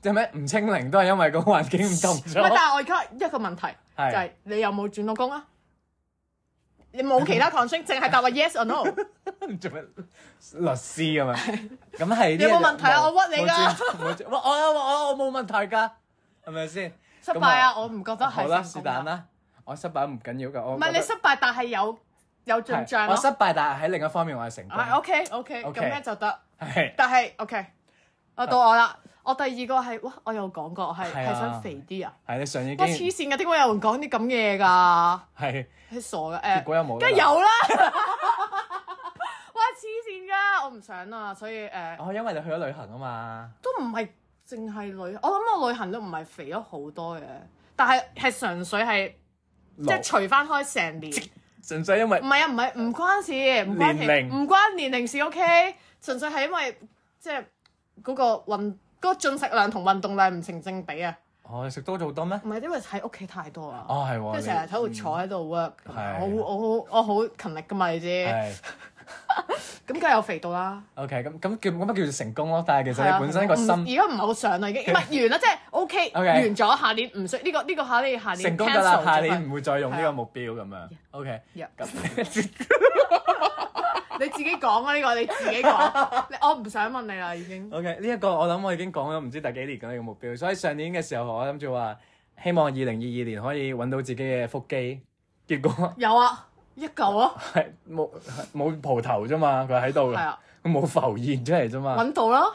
Speaker 2: 即係咩唔清零都係因為個環境唔同
Speaker 4: 唔啊係，但
Speaker 2: 咗。
Speaker 4: 係我而家一個問題就
Speaker 2: 係
Speaker 4: 係你有冇轉到工啊？你冇其他 constraint，淨係答話 yes or no。
Speaker 2: 做咩律師咁啊？咁係
Speaker 4: 你有冇問題啊我屈你㗎
Speaker 2: 㗎！冇轉我我我我冇問題㗎，係咪先？
Speaker 4: 失敗啊！我唔覺得
Speaker 2: 好
Speaker 4: 係
Speaker 2: 啦，
Speaker 4: 成
Speaker 2: 是
Speaker 4: 功
Speaker 2: 但
Speaker 4: 㗎。
Speaker 2: 啦，我失敗唔緊要㗎。我
Speaker 4: 唔係你失敗，但係有有進
Speaker 2: 係
Speaker 4: 帳
Speaker 2: 我失
Speaker 4: 咯。
Speaker 2: 敗，但係喺另一方面我係成功。
Speaker 4: 啊 OK OK，咁
Speaker 2: OK
Speaker 4: 咧就得。
Speaker 2: 係
Speaker 4: 但係 OK，我到我啦。我第二個係哇，我有講過，我係
Speaker 2: 係啊
Speaker 4: 係想肥啲啊！
Speaker 2: 係你上已
Speaker 4: 哇黐
Speaker 2: 經
Speaker 4: 線嘅，點解有人講啲咁嘅嘢㗎？
Speaker 2: 係
Speaker 4: 係傻嘅
Speaker 2: 結
Speaker 4: 誒，
Speaker 2: 果有冇㗎啦？
Speaker 4: 梗係有啦！ 哇黐線㗎，我唔想啊，所以誒、
Speaker 2: 哦，因為你去咗旅行啊嘛。
Speaker 4: 都唔係淨係旅，我諗我旅行都唔係肥咗好多嘅，但係係純粹係即係除翻開成年，唔
Speaker 2: 純粹因為
Speaker 4: 係啊，唔係唔關事，唔關
Speaker 2: 年
Speaker 4: 其
Speaker 2: 齡
Speaker 4: 唔關年齡事，OK，純粹係因為即係嗰個運。嗰個進食量同運動量唔成正比啊！
Speaker 2: 我食多咗好多咩？
Speaker 4: 唔係因為喺屋企太多啊，
Speaker 2: 哦，係
Speaker 4: 跟
Speaker 2: 喎，
Speaker 4: 住成日喺度坐喺度 work，咁
Speaker 2: 係
Speaker 4: 樣我好我好我好勤力㗎嘛，你知。
Speaker 2: 你。係
Speaker 4: 咁梗係有肥到啦，
Speaker 2: OK，咁咁叫咁乜叫做成功咯？但係其實
Speaker 4: 啊
Speaker 2: 你本身個
Speaker 4: 唔
Speaker 2: 心
Speaker 4: 而家唔係好想啦，啊已經唔係完啦，即係 OK，
Speaker 2: OK
Speaker 4: 完咗下年唔需呢個呢個下年下年
Speaker 2: 成功㗎啦，
Speaker 4: cancel 咗佢
Speaker 2: 下年唔會再用呢個目標咁樣。OK，
Speaker 4: Yeah
Speaker 2: 咁
Speaker 4: 你自己講啊呢個你自 己講，你我唔想問你啦已經。
Speaker 2: OK 呢一個我諗我已經講咗唔知第幾年㗎呢個目標，所以上年嘅時候我諗住話希望二零二二年可以揾到自己嘅腹肌，結果
Speaker 4: 有啊，一嚿咯，
Speaker 2: 係冇冇蒲頭啫嘛，佢喺度
Speaker 4: 係啊，
Speaker 2: 佢冇浮現出嚟啫嘛。
Speaker 4: 揾到啦，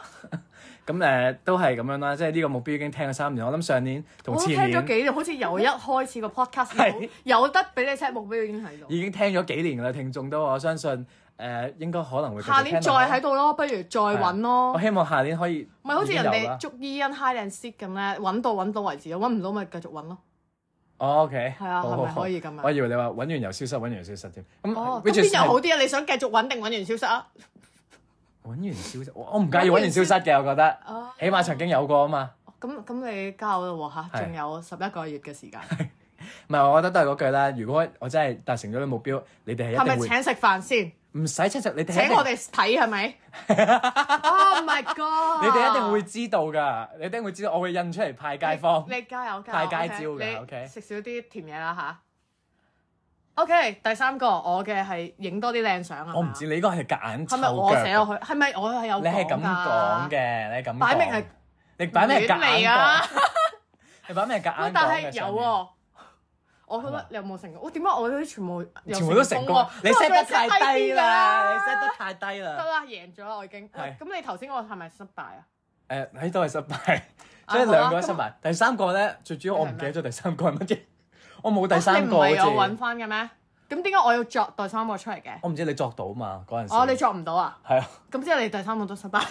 Speaker 2: 咁誒、都係咁樣啦，即係呢個目標已經聽咗三年，我諗上年
Speaker 4: 我
Speaker 2: 同
Speaker 4: 都
Speaker 2: 前
Speaker 4: 聽咗幾
Speaker 2: 年
Speaker 4: 年，好似由一開始個 podcast
Speaker 2: 係
Speaker 4: 有有得俾你 set 目標已經喺度，
Speaker 2: 已經聽咗幾年㗎啦，聽眾都我相信誒、呃應該可能會繼續
Speaker 4: 下年
Speaker 2: 聽
Speaker 4: 再
Speaker 2: 落去
Speaker 4: 喺度咯，不如再揾咯
Speaker 2: 我。希望下年可以
Speaker 4: 唔係好似人
Speaker 2: 已經有
Speaker 4: 哋
Speaker 2: 啦
Speaker 4: 捉 E N High and Seek 咁咧，揾到揾到為止，揾唔到咪繼續揾咯。
Speaker 2: 哦，OK，
Speaker 4: 係啊
Speaker 2: 好
Speaker 4: 係咪
Speaker 2: 好好
Speaker 4: 可以咁樣
Speaker 2: 我以為你話揾完又消失，揾完又消失添。咁
Speaker 4: 哦，
Speaker 2: 嗯
Speaker 4: 咁
Speaker 2: which is-
Speaker 4: 邊有好啲啊？你想繼續揾定揾完消失啊？
Speaker 2: 揾完消失，我我唔介意揾完消失嘅，我覺得，
Speaker 4: 哦
Speaker 2: 起碼曾經有過啊嘛。
Speaker 4: 咁咁你交啦喎嚇，
Speaker 2: 係
Speaker 4: 仲有十一個月嘅時間，
Speaker 2: 唔 係，我覺得都係嗰句啦。如果我真係達成咗呢個目標，你哋係
Speaker 4: 係
Speaker 2: 一
Speaker 4: 咪
Speaker 2: 定會
Speaker 4: 請食飯先？
Speaker 2: 唔使七十，你哋係一
Speaker 4: 請
Speaker 2: 定
Speaker 4: 我哋 睇係咪？Oh my god！
Speaker 2: 你哋一定會知道㗎，你一定會知道，我會印出嚟派街坊。
Speaker 4: 你你加油加
Speaker 2: 派
Speaker 4: 油！
Speaker 2: 街招㗎
Speaker 4: OK，
Speaker 2: OK
Speaker 4: 你食少啲甜嘢啦吓 OK，第三個我嘅係影多啲靚相啊！
Speaker 2: 我唔知你呢個係夾硬
Speaker 4: 係
Speaker 2: 抽
Speaker 4: 咪我寫
Speaker 2: 腳
Speaker 4: 落去？係咪我係有
Speaker 2: 你係咁講
Speaker 4: 講㗎？
Speaker 2: 嘅，你係咁
Speaker 4: 擺明
Speaker 2: 講
Speaker 4: 係
Speaker 2: 你擺明係
Speaker 4: 亂
Speaker 2: 夾
Speaker 4: 嚟
Speaker 2: 硬
Speaker 4: 啊
Speaker 2: 講，你擺明係夾
Speaker 4: 喂
Speaker 2: 硬講嘅。
Speaker 4: 但係有
Speaker 2: 上面
Speaker 4: 喎，我覺
Speaker 2: 係嘛
Speaker 4: 得你有冇成功？我點解我嗰啲全部有
Speaker 2: 全部都成功啊
Speaker 4: 喎，
Speaker 2: 你
Speaker 4: 因為
Speaker 2: set 得
Speaker 4: 我哋
Speaker 2: 太低啦，你
Speaker 4: 低
Speaker 2: set
Speaker 4: 㗎
Speaker 2: 得太低
Speaker 4: 得
Speaker 2: 啦。
Speaker 4: 啦，贏咗啦，我已經。喂
Speaker 2: 係
Speaker 4: 咁你頭先我係咪失敗啊？
Speaker 2: 誒，喺度係失敗，
Speaker 4: 啊
Speaker 2: 所以兩個
Speaker 4: 好
Speaker 2: 都
Speaker 4: 啊
Speaker 2: 失敗。第三個咧，最主要我唔記得咗第三個係乜 嘢，我冇第三個
Speaker 4: 哦你
Speaker 2: 好
Speaker 4: 唔係有
Speaker 2: 似
Speaker 4: 揾。翻嘅咩？咁點解我要作第三個出嚟嘅？
Speaker 2: 我唔知你作到嘛嗰陣時。
Speaker 4: 哦，你作唔到啊？
Speaker 2: 係啊，
Speaker 4: 咁之後你第三個都 失敗。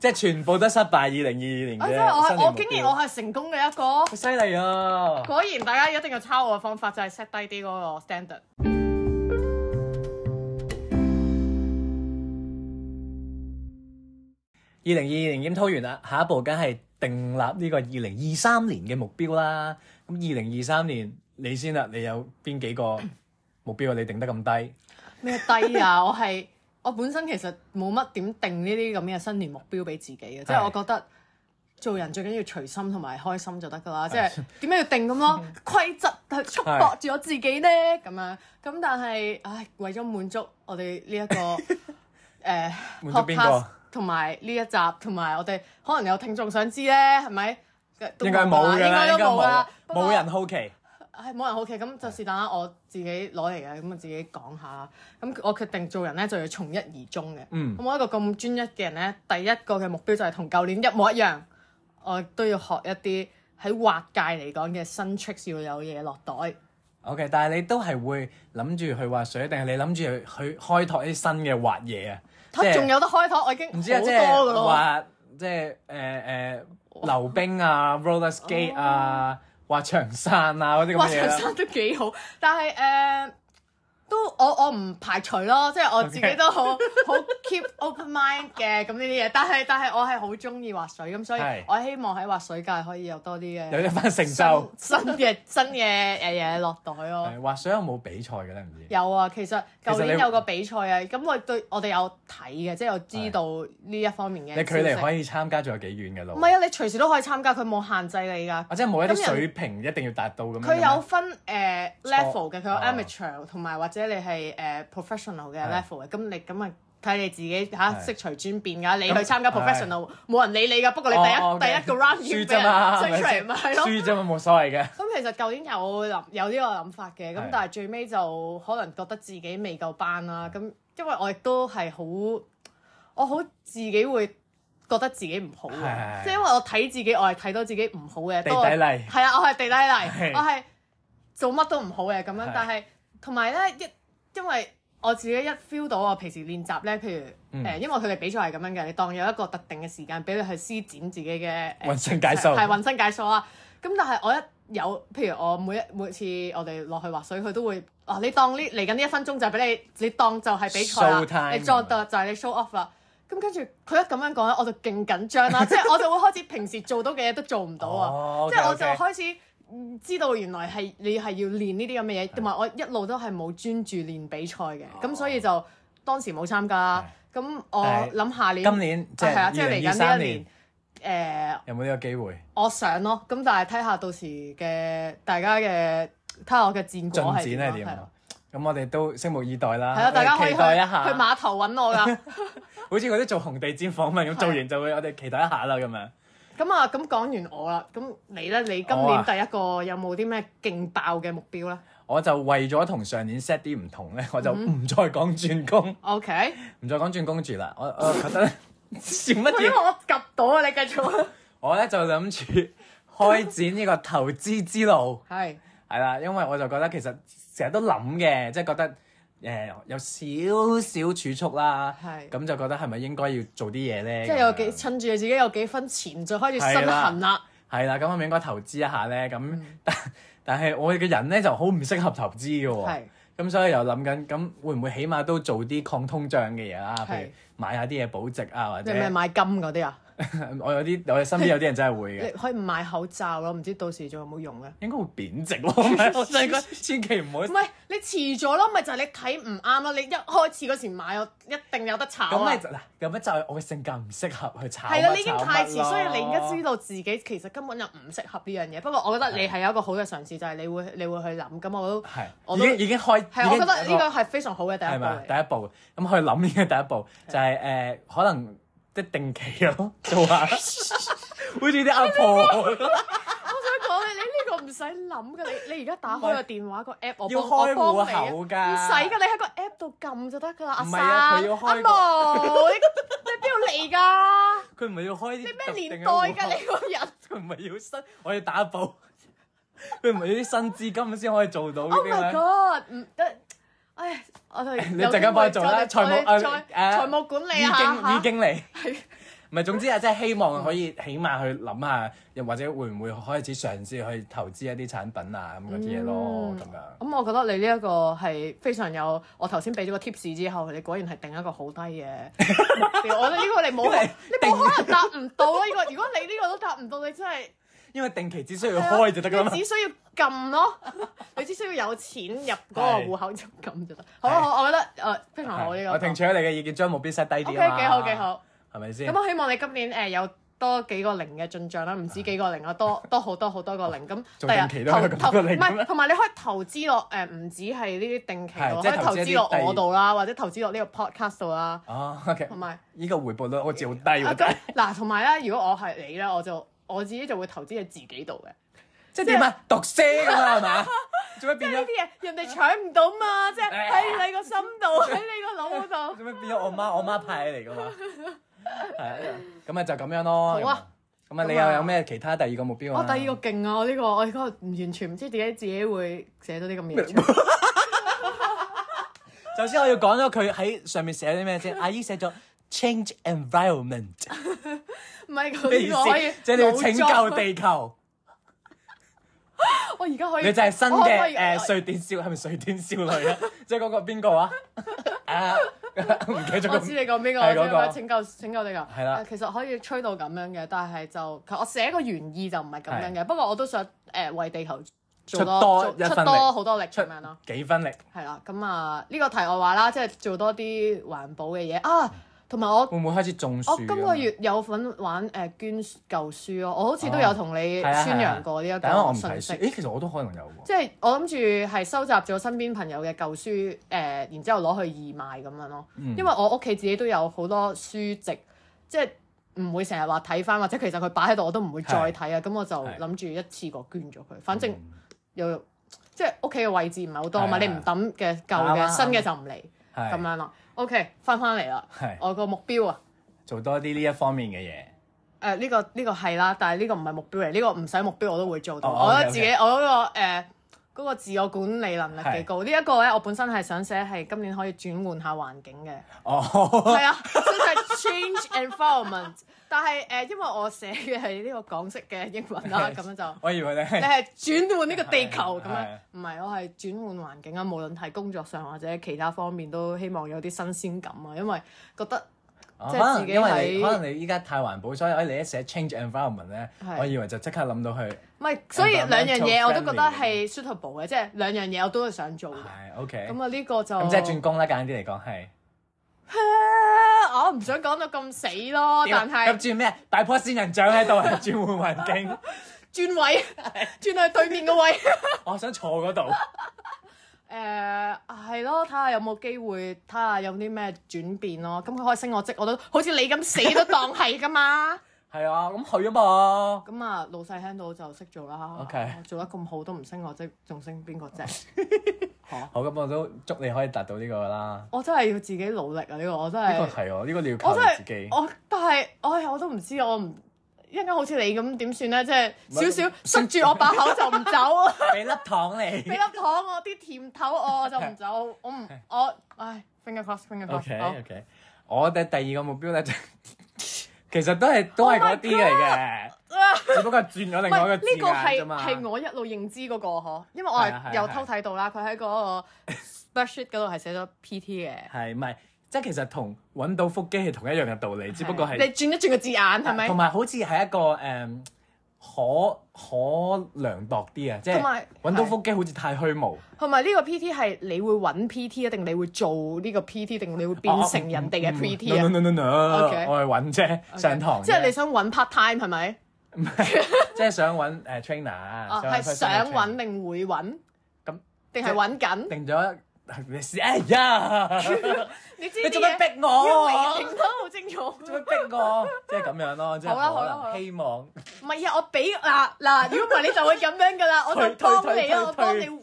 Speaker 2: 即係全部都失敗。二零二二年
Speaker 4: 啊真係
Speaker 2: 嘅新
Speaker 4: 我
Speaker 2: 年
Speaker 4: 我
Speaker 2: 目
Speaker 4: 竟然
Speaker 2: 標
Speaker 4: 我係成功嘅一個。
Speaker 2: 好犀利啊！
Speaker 4: 果然大家一定要抄我嘅方法，就係 set 低啲嗰個 standard。
Speaker 2: 二零二二年檢討完啦，下一步梗係訂立呢個二零二三年嘅目標啦。咁二零二三年你先啦，你有邊幾個目標啊？你定得咁低？
Speaker 4: 咩低啊？我係 我本身其實冇乜點定呢啲咁嘅新年目標俾自己嘅，即係我覺得做人最緊要隨心同埋開心就得㗎啦。即係點解要定 咁多規則去束縛住我自己呢？咁樣咁，但係唉，為咗滿足我哋呢一 個誒
Speaker 2: 滿足邊個
Speaker 4: podcast 同埋呢一集，同埋我哋可能有聽眾想知呢，係咪？都
Speaker 2: 應該冇
Speaker 4: 啦
Speaker 2: 㗎啦，應該
Speaker 4: 應該都冇
Speaker 2: 冇
Speaker 4: 啦，，不過
Speaker 2: 冇人好奇。
Speaker 4: 唉，冇人好奇，咁就是但啦，我自己攞嚟嘅，咁我自己講下啦。咁我決定做人咧就要從一而終嘅。咁、
Speaker 2: 嗯
Speaker 4: 我一個咁專一嘅人咧，第一個嘅目標就係同舊年一模一樣，我都要學一啲喺畫界嚟講嘅新 tricks，要有嘢落袋。
Speaker 2: OK，但係你都係會諗住去滑水，定係你諗住去去開拓啲新嘅滑嘢啊？即
Speaker 4: 嚇
Speaker 2: 係
Speaker 4: 仲有得開拓，我已經好
Speaker 2: 唔
Speaker 4: 多
Speaker 2: 知啊，即
Speaker 4: 噶
Speaker 2: 係
Speaker 4: 咯
Speaker 2: 滑，即係誒誒溜冰啊、roller skate 啊、滑長山啊嗰啲
Speaker 4: 喎。
Speaker 2: 咁
Speaker 4: 畫
Speaker 2: 嘅嘢
Speaker 4: 哦長
Speaker 2: 啦。
Speaker 4: 衫都幾好，但係誒、呃都我我唔排除咯，即係我自己
Speaker 2: OK
Speaker 4: 都好 好 keep open mind 嘅咁呢啲嘢。但係但係我係好中意滑水，咁所以
Speaker 2: 係
Speaker 4: 我希望喺滑水界可以有多啲嘅
Speaker 2: 有一番成就。
Speaker 4: 新新嘅 新嘅誒嘢落袋咯。
Speaker 2: 係滑水有冇比賽嘅咧？唔知。
Speaker 4: 有啊，其實
Speaker 2: 其實
Speaker 4: 舊年
Speaker 2: 你
Speaker 4: 有個比賽啊，咁我對我哋有睇嘅，即係我知道呢一方面嘅。
Speaker 2: 你距離可？以參加仲有幾遠嘅路？
Speaker 4: 唔係啊，你隨時都可以參加，佢冇限制你㗎。
Speaker 2: 啊，即係冇一
Speaker 4: 咁
Speaker 2: 啲
Speaker 4: 人
Speaker 2: 水平一定要達到咁樣嘅
Speaker 4: 佢
Speaker 2: 咩。
Speaker 4: 有分誒、呃 level 嘅，佢有
Speaker 2: 哦
Speaker 4: amateur 同埋或者你係誒、呃 professional 嘅
Speaker 2: 係
Speaker 4: level 嘅，咁你咁啊睇你自己嚇
Speaker 2: 係
Speaker 4: 識隨轉變㗎，你去
Speaker 2: 咁
Speaker 4: 參加 professional 冇人理你㗎，不過你第一、
Speaker 2: 哦，OK
Speaker 4: 第一個 round 已經
Speaker 2: 輸
Speaker 4: 俾
Speaker 2: 啫
Speaker 4: 人
Speaker 2: 嘛，係
Speaker 4: 推出嚟
Speaker 2: 先
Speaker 4: 咪係咯。
Speaker 2: 輸啫嘛，冇所謂嘅。
Speaker 4: 咁其實舊年有諗有呢個諗法嘅，咁
Speaker 2: 係
Speaker 4: 但係最尾就可能覺得自己未夠班啦。咁因為我亦都係好，我好自己會覺得自己唔好嘅，
Speaker 2: 係
Speaker 4: 即係因為我睇自己，我係睇到自己唔好嘅。
Speaker 2: 地
Speaker 4: 當我
Speaker 2: 底泥
Speaker 4: 係啊，我係地底泥，
Speaker 2: 係
Speaker 4: 我係做乜都唔好嘅咁樣
Speaker 2: 係。
Speaker 4: 但係同埋咧，一因為我自己一 feel 到我平時練習咧，譬如誒、
Speaker 2: 嗯
Speaker 4: 因為佢哋比賽係咁樣嘅，你當有一個特定嘅時間俾你去施展自己嘅呃
Speaker 2: 渾身解數
Speaker 4: 係渾身解數啊！咁但係我一有，譬如我每一每次我哋落去滑水，佢都會啊，你當呢嚟緊呢一分鐘就係俾你，你當就係比賽
Speaker 2: Show time
Speaker 4: 啦，你作到就係你 show off 啦。咁跟住佢一咁樣講咧，我就勁緊 張啦，即係我就會開始平時做到嘅嘢都做唔到啊。
Speaker 2: 哦
Speaker 4: 即係我
Speaker 2: OK，OK
Speaker 4: 就開始嗯知道原來係你係要練呢啲咁嘅嘢，同埋我一路都係冇專注練比賽嘅，咁、所以就當時冇參加啦。咁我
Speaker 2: 但哦係
Speaker 4: 諗下年
Speaker 2: 今年即係
Speaker 4: 係啊，即係嚟緊
Speaker 2: 2023
Speaker 4: 呢一
Speaker 2: 年
Speaker 4: 年，誒、
Speaker 2: 有冇呢個機會？
Speaker 4: 我想咯，咁但係睇下到時嘅大家嘅睇下我嘅戰
Speaker 2: 進
Speaker 4: 果
Speaker 2: 展
Speaker 4: 係
Speaker 2: 係
Speaker 4: 點
Speaker 2: 點
Speaker 4: 啦
Speaker 2: 啊？咁我哋都拭目以待啦。
Speaker 4: 係啊，大家可以
Speaker 2: 期
Speaker 4: 去
Speaker 2: 待一下。
Speaker 4: 去碼頭揾我㗎。
Speaker 2: 好似嗰啲做紅地氈訪問咁，做完就會我哋期待一下啦咁樣。
Speaker 4: 咁啊，咁講完我啦，咁你咧？你今
Speaker 2: 我啊
Speaker 4: 年第一個有冇啲咩勁爆嘅目標咧
Speaker 2: 我就為咗同上年 set 啲唔同咧，我就
Speaker 4: 嗯
Speaker 2: 唔再講轉工，
Speaker 4: ？OK，
Speaker 2: 唔再講轉工住啦。我我覺 得笑乜
Speaker 4: 因為
Speaker 2: 嘢？
Speaker 4: 我及到啊，你繼 續。
Speaker 2: 我咧就諗住開展呢個投資之路。
Speaker 4: 係。
Speaker 2: 係啊啦，因為我就覺得其實成日都諗嘅，即係覺得誒、有少少儲蓄啦，
Speaker 4: 係
Speaker 2: 咁就覺得係咪應該要做啲嘢咧？
Speaker 4: 即係有
Speaker 2: 咁樣
Speaker 4: 幾趁住自己有幾分錢就開始身痕啦。
Speaker 2: 係啦，咁我咪應該投資一下咧。咁、
Speaker 4: 嗯
Speaker 2: 但但係我嘅人咧就好唔適合投資嘅喎
Speaker 4: 係。
Speaker 2: 咁所以又諗緊，咁會唔會起碼都做啲抗通脹嘅嘢啦？譬如
Speaker 4: 係
Speaker 2: 買下啲嘢保值啊，或
Speaker 4: 你
Speaker 2: 者
Speaker 4: 係咪買金嗰啲啊？
Speaker 2: 我有啲我身邊有啲人真係會
Speaker 4: 你
Speaker 2: 嘅，
Speaker 4: 可以買口罩咯，唔知到時仲有冇用咧？
Speaker 2: 應該會貶 值咯。我真係覺得千祈唔好
Speaker 4: 唔。係你遲咗咯，咪就係你睇唔啱咯。你一開始嗰時買，我一定有得炒
Speaker 2: 咁
Speaker 4: 啊
Speaker 2: 咪。就嗱，咁咪就係我嘅性格唔適合去炒乜。
Speaker 4: 係啦，你已經太遲，
Speaker 2: 炒乜咯
Speaker 4: 所以你而家知道自己其實根本就唔適合呢樣嘢。不過我覺得你係有一個好嘅嘗試，就係你會你會去諗。咁我都
Speaker 2: 係
Speaker 4: 我
Speaker 2: 已
Speaker 4: 都
Speaker 2: 經已經開，
Speaker 4: 係，我覺得呢
Speaker 2: 個
Speaker 4: 個係非常好嘅第
Speaker 2: 係
Speaker 4: 一步
Speaker 2: 咪
Speaker 4: 嚟
Speaker 2: 第一步？咁去諗呢個第一步就係誒，可能即係定期 咯，做下，好似啲阿婆
Speaker 4: 我想講你，你呢個唔使諗嘅，你你而家打開個電話個 app，我
Speaker 2: 要
Speaker 4: 幫我
Speaker 2: 開
Speaker 4: 幫
Speaker 2: 戶
Speaker 4: 你啊
Speaker 2: 口㗎
Speaker 4: 唔使㗎，你喺個 app 度撳就得㗎啦，阿
Speaker 2: 唔
Speaker 4: 生、
Speaker 2: 係
Speaker 4: 阿
Speaker 2: 啊佢要
Speaker 4: 毛，
Speaker 2: 開
Speaker 4: 你
Speaker 2: 個
Speaker 4: 邊度嚟㗎？
Speaker 2: 佢唔係要開啲
Speaker 4: 你咩
Speaker 2: 特定
Speaker 4: 年代㗎？
Speaker 2: 嘅
Speaker 4: 你個人，
Speaker 2: 戶口佢唔係要新，我要打保，佢唔係要啲新資金先可以做到呢
Speaker 4: Oh
Speaker 2: 啲
Speaker 4: my
Speaker 2: 咧。
Speaker 4: god！唔得，唉，我哋
Speaker 2: 你陣間幫佢做啦，財務
Speaker 4: 誒
Speaker 2: 誒
Speaker 4: 財務管理下
Speaker 2: 已經已
Speaker 4: 啊嚇，
Speaker 2: 經嚟。
Speaker 4: 係
Speaker 2: 唔係，總之啊，即係希望可以起碼去諗下，又或者會唔會開始嘗試去投資一啲產品啊咁嗰啲嘢咯，
Speaker 4: 嗯
Speaker 2: 咁樣。
Speaker 4: 咁我覺得你呢一個係非常有，我頭先俾咗個 tips 之後，你果然係定一個好低嘅 目標。我覺得呢個你冇可，你冇可能達唔到咯。呢個如果你呢個都達唔到，你真係啊
Speaker 2: 因為定期只需要開就得㗎啦嘛
Speaker 4: 你。只需要撳咯， 你只需要有錢入嗰個
Speaker 2: 係
Speaker 4: 户口就撳就得。好啦，好我覺得誒非常好呢個。
Speaker 2: 我聽取咗你嘅意見，將目標 set 低
Speaker 4: O
Speaker 2: 啲
Speaker 4: K，
Speaker 2: 啊嘛
Speaker 4: 幾好幾，好。
Speaker 2: 係咪先
Speaker 4: 咁？我希望你今年誒有多幾個零嘅進帳啦，唔止幾個零 啦，多多好多好多個零。咁
Speaker 2: 做定期哦都有咁多
Speaker 4: 投投
Speaker 2: 個
Speaker 4: 唔
Speaker 2: 零咁樣
Speaker 4: 係，同埋你可以投資落誒，唔止係呢啲定期
Speaker 2: 係
Speaker 4: 喎，
Speaker 2: 即係
Speaker 4: 可以
Speaker 2: 投
Speaker 4: 投
Speaker 2: 資一啲
Speaker 4: 資落我
Speaker 2: 第
Speaker 4: 度啦，或者投資落呢個 podcast 度啦，
Speaker 2: 哦，OK，
Speaker 4: 同埋。
Speaker 2: 依個回報率我照低喎，
Speaker 4: 啊咁 嗱，同埋咧，如果我係你咧，我就我自己就會投資喺自己度嘅。
Speaker 2: 即係點啊？讀寫咁啊，係 嘛？做咩
Speaker 4: 即
Speaker 2: 變
Speaker 4: 係呢
Speaker 2: 咗？
Speaker 4: 啲嘢人哋搶唔到嘛，即係
Speaker 2: 哎
Speaker 4: 喺你個心度， 喺你 個腦度。
Speaker 2: 做咩變咗我媽？我媽派嚟㗎嘛？係啊，咁啊就咁樣咯。
Speaker 4: 好啊
Speaker 2: 咁啊，咁啊，你
Speaker 4: 咁
Speaker 2: 又
Speaker 4: 啊
Speaker 2: 有咩其他第二個目標
Speaker 4: 我
Speaker 2: 啊？
Speaker 4: 第二個勁啊！我呢個我呢個唔完全唔知點解自己會寫到啲咁嘢出嚟。
Speaker 2: 首先我要講咗佢喺上面寫咗啲咩先。阿姨寫咗 change environment，
Speaker 4: 唔係佢
Speaker 2: 咩
Speaker 4: 呢
Speaker 2: 意
Speaker 4: 個可以
Speaker 2: 思？即係你要
Speaker 4: 腦
Speaker 2: 拯救
Speaker 4: 作
Speaker 2: 地球。
Speaker 4: 我而家可以，哦
Speaker 2: 你就係新
Speaker 4: 我可
Speaker 2: 嘅
Speaker 4: 以
Speaker 2: 誒瑞典少係咪瑞典少女啊？ 即係嗰個邊個啊？ 啊， 唔記得咗
Speaker 4: 我知
Speaker 2: 個。
Speaker 4: 你講邊個，
Speaker 2: 係嗰個
Speaker 4: 我知道拯救拯救地球。
Speaker 2: 係啦
Speaker 4: 誒其實可以吹到咁樣嘅，但係就其實我寫個原意就唔係咁樣嘅。不過我都想誒為地球做
Speaker 2: 出多
Speaker 4: 多
Speaker 2: 一
Speaker 4: 做出
Speaker 2: 分力
Speaker 4: 多好多力
Speaker 2: 出
Speaker 4: 咁樣咯。
Speaker 2: 幾分力？
Speaker 4: 係啦，咁啊呢個題外話啦，即係做多啲環保嘅嘢啊，同埋我
Speaker 2: 會唔會開始嗯種樹？
Speaker 4: 哦我今個，月有份玩誒、呃捐舊書咯，我好似都有同你
Speaker 2: 係啊
Speaker 4: 宣揚過呢一
Speaker 2: 但係我
Speaker 4: 個
Speaker 2: 唔睇
Speaker 4: 信
Speaker 2: 書。
Speaker 4: 息。
Speaker 2: 誒，其實我都可能有喎。
Speaker 4: 即係我諗住係收集咗身邊朋友嘅舊書，誒、然之後攞去義賣咁樣咯。
Speaker 2: 嗯
Speaker 4: 因為我屋企自己都有好多書籍，即係唔會成日話睇翻，或者其實佢擺喺度我都唔會再睇啊。咁我就
Speaker 2: 係嗯
Speaker 4: 諗住一次過捐咗佢，反正又即係屋企嘅位置唔係好多啊嘛，
Speaker 2: 係
Speaker 4: 你
Speaker 2: 係
Speaker 4: 唔抌
Speaker 2: 啱
Speaker 4: 嘅舊
Speaker 2: 啊啱
Speaker 4: 嘅
Speaker 2: 啊
Speaker 4: 新嘅就唔嚟
Speaker 2: 係
Speaker 4: 咁樣咯。OK，翻翻嚟啦，
Speaker 2: 係
Speaker 4: 我個目標啊！
Speaker 2: 做多啲呢一方面嘅嘢。
Speaker 4: 誒呢個呢個係啦，但係呢個唔係目標嚟，呢個唔使目標我都會做到。
Speaker 2: 哦
Speaker 4: 我
Speaker 2: OK，OK
Speaker 4: 覺得自己我嗰個誒嗰個自我管理能力幾高。呢一個咧，我本身係想寫係今年可以轉換下環境嘅，
Speaker 2: 哦，
Speaker 4: 係啊，真係 change environment。但 係誒，因為我寫嘅係呢個港式嘅英文 啦，咁樣就。
Speaker 2: 我以為你
Speaker 4: 你
Speaker 2: 係
Speaker 4: 係轉換呢個地球咁
Speaker 2: 係
Speaker 4: 樣，唔係我係轉換環境啊，無論係工作上或者其他方面都希望有啲新鮮感啊，因為覺得
Speaker 2: 哦可
Speaker 4: 即係
Speaker 2: 能
Speaker 4: 自己
Speaker 2: 因為你
Speaker 4: 喺
Speaker 2: 可能你依家太環保，所以哎你一寫 change environment 咧，
Speaker 4: 係
Speaker 2: 我以為就即刻諗到去
Speaker 4: 唔係，所以
Speaker 2: Environmental
Speaker 4: 兩樣嘢我都覺得係 suitable 嘅，即係兩樣嘢我都係想做嘅。
Speaker 2: 係 OK。
Speaker 4: 咁啊呢個就
Speaker 2: 咁即係轉工啦，簡單啲嚟講係。
Speaker 4: 啊我唔想講到咁死咯，哦但
Speaker 2: 啊咁
Speaker 4: 係
Speaker 2: 轉咩？大波仙人掌喺度，係轉換環 境。哦
Speaker 4: 轉位，轉去對面個位。
Speaker 2: 我想坐嗰度。
Speaker 4: 誒呃係咯，睇下有冇機會，睇下有啲咩轉變咯。咁佢可以升我職，我都好似你咁死都當係噶 嘛。
Speaker 2: 係啊，咁去啊嘛。
Speaker 4: 咁啊，老細 handle 就識做啦。啊
Speaker 2: OK
Speaker 4: 我做得咁好都唔升我職，仲升邊個 啫？
Speaker 2: 好，咁我都祝你可以達到呢個啦。
Speaker 4: 我真係要自己努力啊！呢個我真
Speaker 2: 呢個
Speaker 4: 係。
Speaker 2: 係我，呢個你要
Speaker 4: 我
Speaker 2: 靠
Speaker 4: 真
Speaker 2: 你自己
Speaker 4: 係。我，但係唉，我都唔知，我唔一陣間好似你咁點算咧？即係少少塞住我把口就唔走，
Speaker 2: 俾粒糖
Speaker 4: 俾
Speaker 2: 你
Speaker 4: 粒。糖我啲甜頭我就唔走，我唔我唉，finger cross，finger
Speaker 2: OK
Speaker 4: cross，
Speaker 2: OK，我嘅第二個目標咧，就 其實都係
Speaker 4: Oh
Speaker 2: 都係嗰啲嚟嘅，只不過轉咗另
Speaker 4: 唔
Speaker 2: 外
Speaker 4: 係
Speaker 2: 一個字
Speaker 4: 呢個
Speaker 2: 眼啫
Speaker 4: 係
Speaker 2: 嘛。
Speaker 4: 係我一路認知嗰個嗬，因為我
Speaker 2: 係啊係啊
Speaker 4: 係有偷睇到啦，佢喺嗰個 spreadsheet 嗰度係寫咗 PT 嘅，
Speaker 2: 係唔係？即係其實同揾到腹肌係同一樣嘅道理，只不過係
Speaker 4: 啊
Speaker 2: 啊
Speaker 4: 你轉一轉個字眼係咪
Speaker 2: 同？埋好似係一個誒、嗯可可量度啲啊，即
Speaker 4: 同
Speaker 2: 係
Speaker 4: 埋
Speaker 2: 揾到腹肌好似太虛無，
Speaker 4: 同埋呢個 PT 係你會揾 PT 啊，定你會做呢個 PT，定你會
Speaker 2: 哦
Speaker 4: 變
Speaker 2: 嗯
Speaker 4: 成人哋嘅 PT 啊？
Speaker 2: No no no no no，
Speaker 4: OK
Speaker 2: 我係揾啫，嗯上堂啫。
Speaker 4: 即係你想揾 part time 係咪？
Speaker 2: 唔係即係想揾誒 trainer 啊
Speaker 4: 啊，係想揾定會揾，
Speaker 2: 咁
Speaker 4: 定係揾緊？
Speaker 2: 定咗。你試哎呀！
Speaker 4: 你知
Speaker 2: 你
Speaker 4: 啲
Speaker 2: 做咩
Speaker 4: 嘢
Speaker 2: 逼我
Speaker 4: 要
Speaker 2: 啊？
Speaker 4: 釐定得好清楚。
Speaker 2: 做咩逼我？即係咁樣咯，即係
Speaker 4: 好啦好
Speaker 2: 可
Speaker 4: 啦好啦
Speaker 2: 能希望
Speaker 4: 唔係啊，我俾嗱嗱，如果唔係你就會咁樣噶啦， 我就
Speaker 2: 退退
Speaker 4: 幫
Speaker 2: 退
Speaker 4: 你啊，
Speaker 2: 退
Speaker 4: 我幫你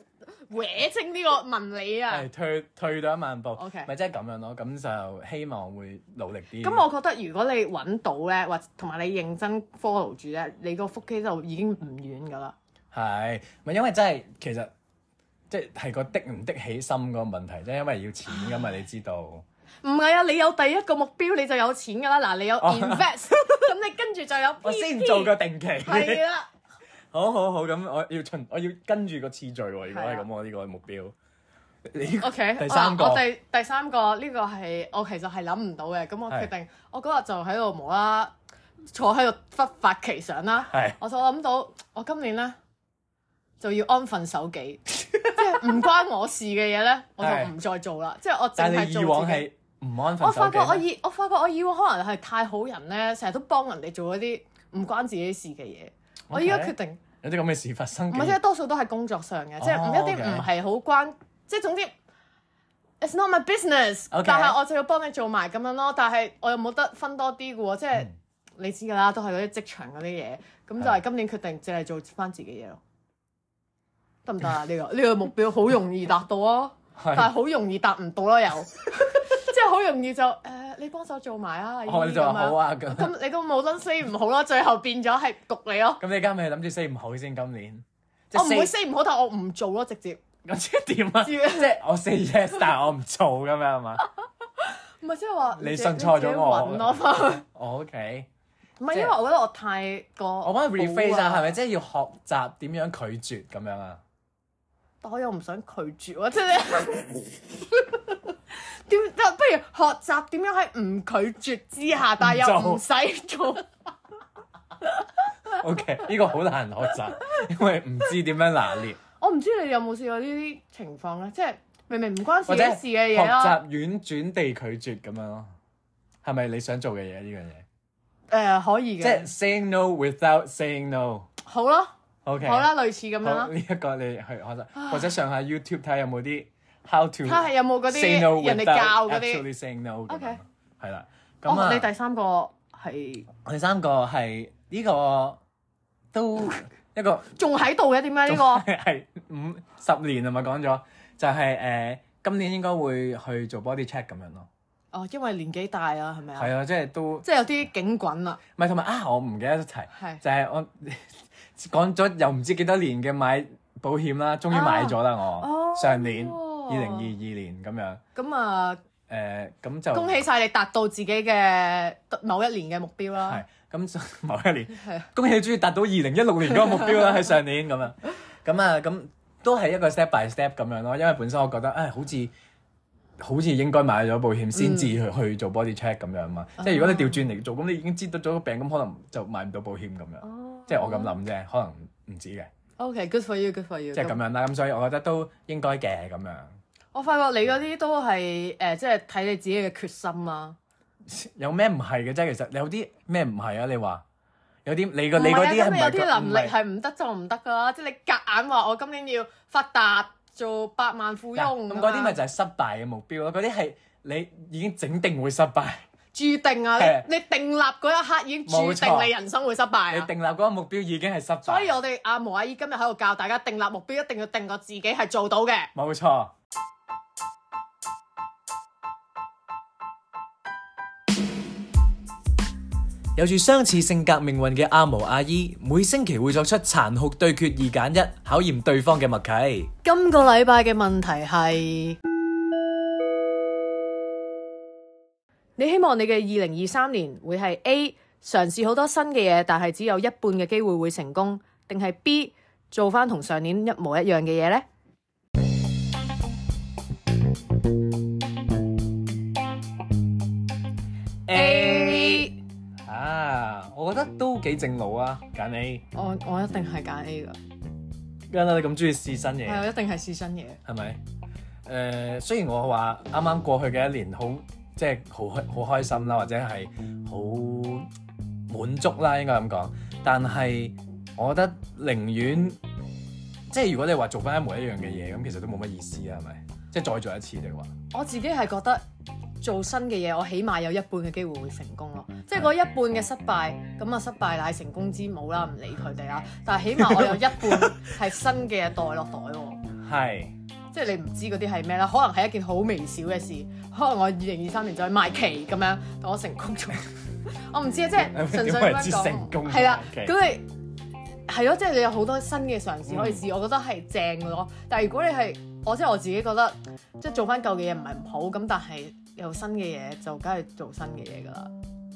Speaker 4: 搲清呢個文理啊
Speaker 2: 係。退退到一萬步，
Speaker 4: OK
Speaker 2: 咪即係咁樣咯。咁就希望會努力啲。
Speaker 4: 咁我覺得如果你揾到咧，或同埋你認真 follow 住咧，你個腹肌就已經唔遠噶啦。
Speaker 2: 係，咪因為真係其實即係個的唔的起心個問題啫，因為要錢噶嘛，你知 道。
Speaker 4: 唔係啊，你有第一個目標你就有錢噶啦。嗱，你有 invest，咁你跟住就有 PT。
Speaker 2: 哦 我先做個定期。
Speaker 4: 係啊啦，
Speaker 2: 好好好，咁我要循，我要跟住個次序喎。如果係
Speaker 4: 係啊
Speaker 2: 咁，我呢個目標。你
Speaker 4: OK，啊
Speaker 2: 第三個
Speaker 4: 我我第第三個呢個係我其實係諗唔到嘅，咁我
Speaker 2: 係
Speaker 4: 決定我嗰日就喺度無啦啦坐喺度忽發奇想啦。
Speaker 2: 係
Speaker 4: 我就諗到，我今年咧就要安分 守己，即係唔關我事嘅嘢咧，我就唔再做啦。即係我淨
Speaker 2: 但係你
Speaker 4: 係
Speaker 2: 以往
Speaker 4: 做自己。
Speaker 2: 係唔安分
Speaker 4: 我發
Speaker 2: 守
Speaker 4: 覺我
Speaker 2: 己咩，
Speaker 4: 以我發覺我以往可能係太好人咧，成日都幫人哋做一啲唔關自己事嘅嘢。我依家
Speaker 2: OK
Speaker 4: 決定，
Speaker 2: 有啲咁嘅事發生
Speaker 4: 唔
Speaker 2: 嘅。
Speaker 4: 係即係多數都係工作上嘅，即係唔
Speaker 2: 哦
Speaker 4: 一定
Speaker 2: OK
Speaker 4: 唔係好關，即係總之。It's not my business，
Speaker 2: OK
Speaker 4: 但係我就要幫你做埋咁樣咯。但係我又冇得分多啲嘅喎，即
Speaker 2: 嗯
Speaker 4: 係你知㗎啦，都係嗰啲職場嗰啲嘢。咁就係今年決定，淨係做翻自己嘢咯，得唔得啊？呢個呢個目標好容易達到啊！
Speaker 2: 係
Speaker 4: 但係好容易達唔到咯，又即係好容易就誒、呃你幫手做埋啊，
Speaker 2: 我哋就話好
Speaker 4: 啊，
Speaker 2: 啊咁。
Speaker 4: 咁你都冇得 say 唔好咯，最後變咗係焗你咯。
Speaker 2: 咁你而家咪諗住 say 唔好先今年？即
Speaker 4: 我唔會
Speaker 2: 係 say-
Speaker 4: say 唔好，但我唔做咯，直接
Speaker 2: 咁即係點啊？
Speaker 4: 知
Speaker 2: 即係我 say yes，但係我唔做咁樣係嘛？
Speaker 4: 唔係即係話
Speaker 2: 你
Speaker 4: 自己
Speaker 2: 信錯咗我
Speaker 4: 自己揾 咯，
Speaker 2: 我哦 OK，
Speaker 4: 唔係
Speaker 2: 即係
Speaker 4: 因為我覺得我太過
Speaker 2: 我幫你 rephrase 啊，
Speaker 4: 好
Speaker 2: 係咪？即係要學習點樣拒絕咁樣啊？
Speaker 4: 但我又唔想拒絕喎，即係 點？不如學習點樣喺唔拒絕之下，但係又唔使做。
Speaker 2: OK，呢個好難學 習，因為唔知點樣拿捏，
Speaker 4: 我唔知你有冇試過呢啲情況咧，即係明明唔關自
Speaker 2: 或
Speaker 4: 己
Speaker 2: 者
Speaker 4: 事嘅
Speaker 2: 學
Speaker 4: 嘢啊啦。
Speaker 2: 習婉轉地拒絕咁樣咯。係咪你想做嘅嘢呢樣嘢？
Speaker 4: 誒、可以
Speaker 2: 即
Speaker 4: 嘅
Speaker 2: 係，saying no without saying no。
Speaker 4: 好啦，
Speaker 2: OK，
Speaker 4: 好啦，類似咁樣
Speaker 2: 好，
Speaker 4: 啦。
Speaker 2: 呢一個你去學習，或者上下 YouTube 睇下有冇啲 how to
Speaker 4: 睇下有冇嗰
Speaker 2: say no
Speaker 4: 啲人哋教
Speaker 2: without
Speaker 4: 嗰
Speaker 2: actually
Speaker 4: 啲。
Speaker 2: saying no 咁樣
Speaker 4: OK
Speaker 2: 係啦。咁
Speaker 4: 哦，
Speaker 2: 啊，
Speaker 4: 你第三個係
Speaker 2: 第三個係呢個都一個
Speaker 4: 仲喺度嘅，點解呢個？
Speaker 2: 係五十年啊嘛講咗，就係誒今年應該會去做 body check 咁樣咯。
Speaker 4: 哦，因為年紀大啊，係咪
Speaker 2: 係
Speaker 4: 啊？
Speaker 2: 啊，即係都唔
Speaker 4: 即係有啲警棍啦，
Speaker 2: 係同埋啊，我唔記得一提，
Speaker 4: 係
Speaker 2: 就係我 講咗又唔知幾多年嘅買保險啦，終於買咗啦我
Speaker 4: 哦
Speaker 2: 上年二零二二年咁樣。
Speaker 4: 咁啊，
Speaker 2: 誒咁就
Speaker 4: 恭喜晒你達到自己嘅某一年嘅目標
Speaker 2: 係
Speaker 4: 啦。
Speaker 2: 咁就 某一年
Speaker 4: 啊係，啊
Speaker 2: 恭喜你終於達到二零一六年嗰個目標 啦，喺上年咁樣，咁啊咁都係一個 step by step 咁樣咯，因為本身我覺得誒、唉好似好似應該買咗保險先至去、
Speaker 4: 嗯
Speaker 2: 去做 body check 咁樣嘛，
Speaker 4: 啊
Speaker 2: 即係如果你調轉嚟做，咁你已經知道咗個病，咁可能就買唔到保險咁樣，
Speaker 4: 哦
Speaker 2: 即係我咁諗啫，可能唔止嘅，
Speaker 4: 嗯 OK，good for you，good for you。
Speaker 2: 即係咁樣啦，咁所以我覺得都應該嘅咁樣，
Speaker 4: 我發覺你嗰啲都係誒、即係睇你自己嘅決心啊啦。
Speaker 2: 有咩唔係嘅啫？其實有啲咩唔係啊？你話有啲你個
Speaker 4: 唔
Speaker 2: 你嗰
Speaker 4: 係啊，
Speaker 2: 啲係
Speaker 4: 咁
Speaker 2: 唔係
Speaker 4: 你有
Speaker 2: 個
Speaker 4: 啲能
Speaker 2: 唔
Speaker 4: 力係唔得就唔得噶啦，即係你夾硬話我今年要發達做百萬富翁
Speaker 2: 嗱咁嗰啲咪
Speaker 4: 就
Speaker 2: 就係失敗嘅目標咯，嗰啲係你已經整定會失敗，
Speaker 4: 注定啊！
Speaker 2: 係
Speaker 4: 你你定立嗰一刻已經注
Speaker 2: 冇錯
Speaker 4: 定你人生會失敗
Speaker 2: 你
Speaker 4: 啊！
Speaker 2: 定立嗰個目標已經係失敗。
Speaker 4: 所以我哋阿毛阿姨今日喺度教大家定立目標，一定要定個自己係做到嘅。
Speaker 2: 冇錯，有住相似性格命運嘅阿毛阿姨，每星期會作出殘酷對決二揀一，考驗對方嘅默契。
Speaker 4: 今個禮拜嘅問題係：你希望你嘅二零二三年會係 A 嘗試好多新嘅嘢，但係只有一半嘅機會會成功，定係 B 做翻同上年一模一樣嘅嘢呢？A，
Speaker 2: 啊，我覺得都幾正路啊，揀 A，
Speaker 4: 我我一定係揀 A 噶，
Speaker 2: 啱啦，你咁中意試新嘢。
Speaker 4: 係我啊一定係試新嘢。
Speaker 2: 係咪？誒、雖然我話啱啱過去嘅一年好，即係好開好開心啦，或者係好滿足啦，應該咁講。但係我覺得寧願即係如果你話做翻一模一樣嘅嘢，咁其實都冇乜意思啊，係咪？即係再做一次你話，
Speaker 4: 我自己係覺得做新嘅嘢，我起碼有一半嘅機會會成功咯。即係嗰一半嘅失敗，咁啊失敗乃成功之母啦，唔理佢哋啦。但係起碼我有一半係新嘅嘢袋落袋喎。
Speaker 2: 係
Speaker 4: 即係你唔知嗰啲係咩啦，可能係一件好微小嘅事，可能我二零二三年就去賣旗咁樣，但我成 功咗。我唔知啊，即係純粹咁
Speaker 2: 點為之
Speaker 4: 樣
Speaker 2: 成
Speaker 4: 講，
Speaker 2: 功
Speaker 4: 係啦，
Speaker 2: 賣旗
Speaker 4: 咁你係咯，即係你有好多新嘅嘗試
Speaker 2: 嗯
Speaker 4: 可以試，我覺得係正嘅咯。但係如果你係我即係我自己覺得，即係做翻舊嘅嘢唔係唔好，咁但係有新嘅嘢就梗係做新嘅嘢㗎啦。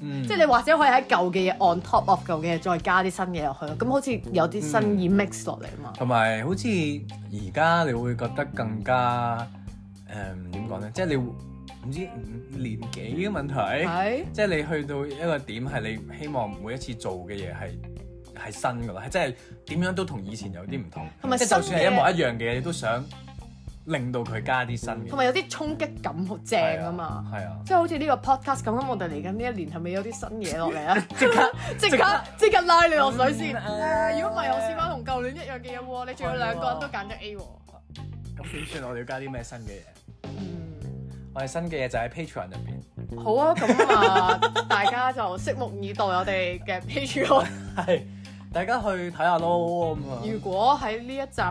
Speaker 2: 嗯，
Speaker 4: 即係你或者可以喺舊嘅嘢 on top of 舊嘅嘢再加啲新嘢落去咯，咁好似有啲
Speaker 2: 嗯
Speaker 4: 新意 mix 落嚟啊嘛。
Speaker 2: 同埋好似而家你會覺得更加誒點講咧，即係你唔知唔年紀嘅問題。
Speaker 4: 係
Speaker 2: 即係你去到一個點係你希望每一次做嘅嘢係係新噶啦，係即係點樣都同以前有啲唔同，
Speaker 4: 同埋
Speaker 2: 即係就
Speaker 4: 新
Speaker 2: 算
Speaker 4: 嘅
Speaker 2: 係一模一樣嘅嘢，你都想令到佢加啲新嘅嘢，
Speaker 4: 同埋有啲衝擊感好正啊嘛，
Speaker 2: 係啊，
Speaker 4: 即係好似呢個 podcast 咁，咁我哋嚟緊呢一年係咪有啲新嘢 落嚟啊？
Speaker 2: 即刻
Speaker 4: 即刻即刻拉 你落水先！
Speaker 2: 嗯
Speaker 4: 誒如果唔係，我試翻同舊年一樣嘅嘢喎，你仲有兩個人都揀咗 A 喎。
Speaker 2: 啊咁點算？我哋要加啲咩新嘅嘢？
Speaker 4: 嗯，
Speaker 2: 我哋新嘅嘢就喺 Patreon 入邊，
Speaker 4: 好啊，咁啊， 大家就拭目以待我哋嘅 Patreon。
Speaker 2: 係大家去睇下咯咁啊。
Speaker 4: 如果喺呢一集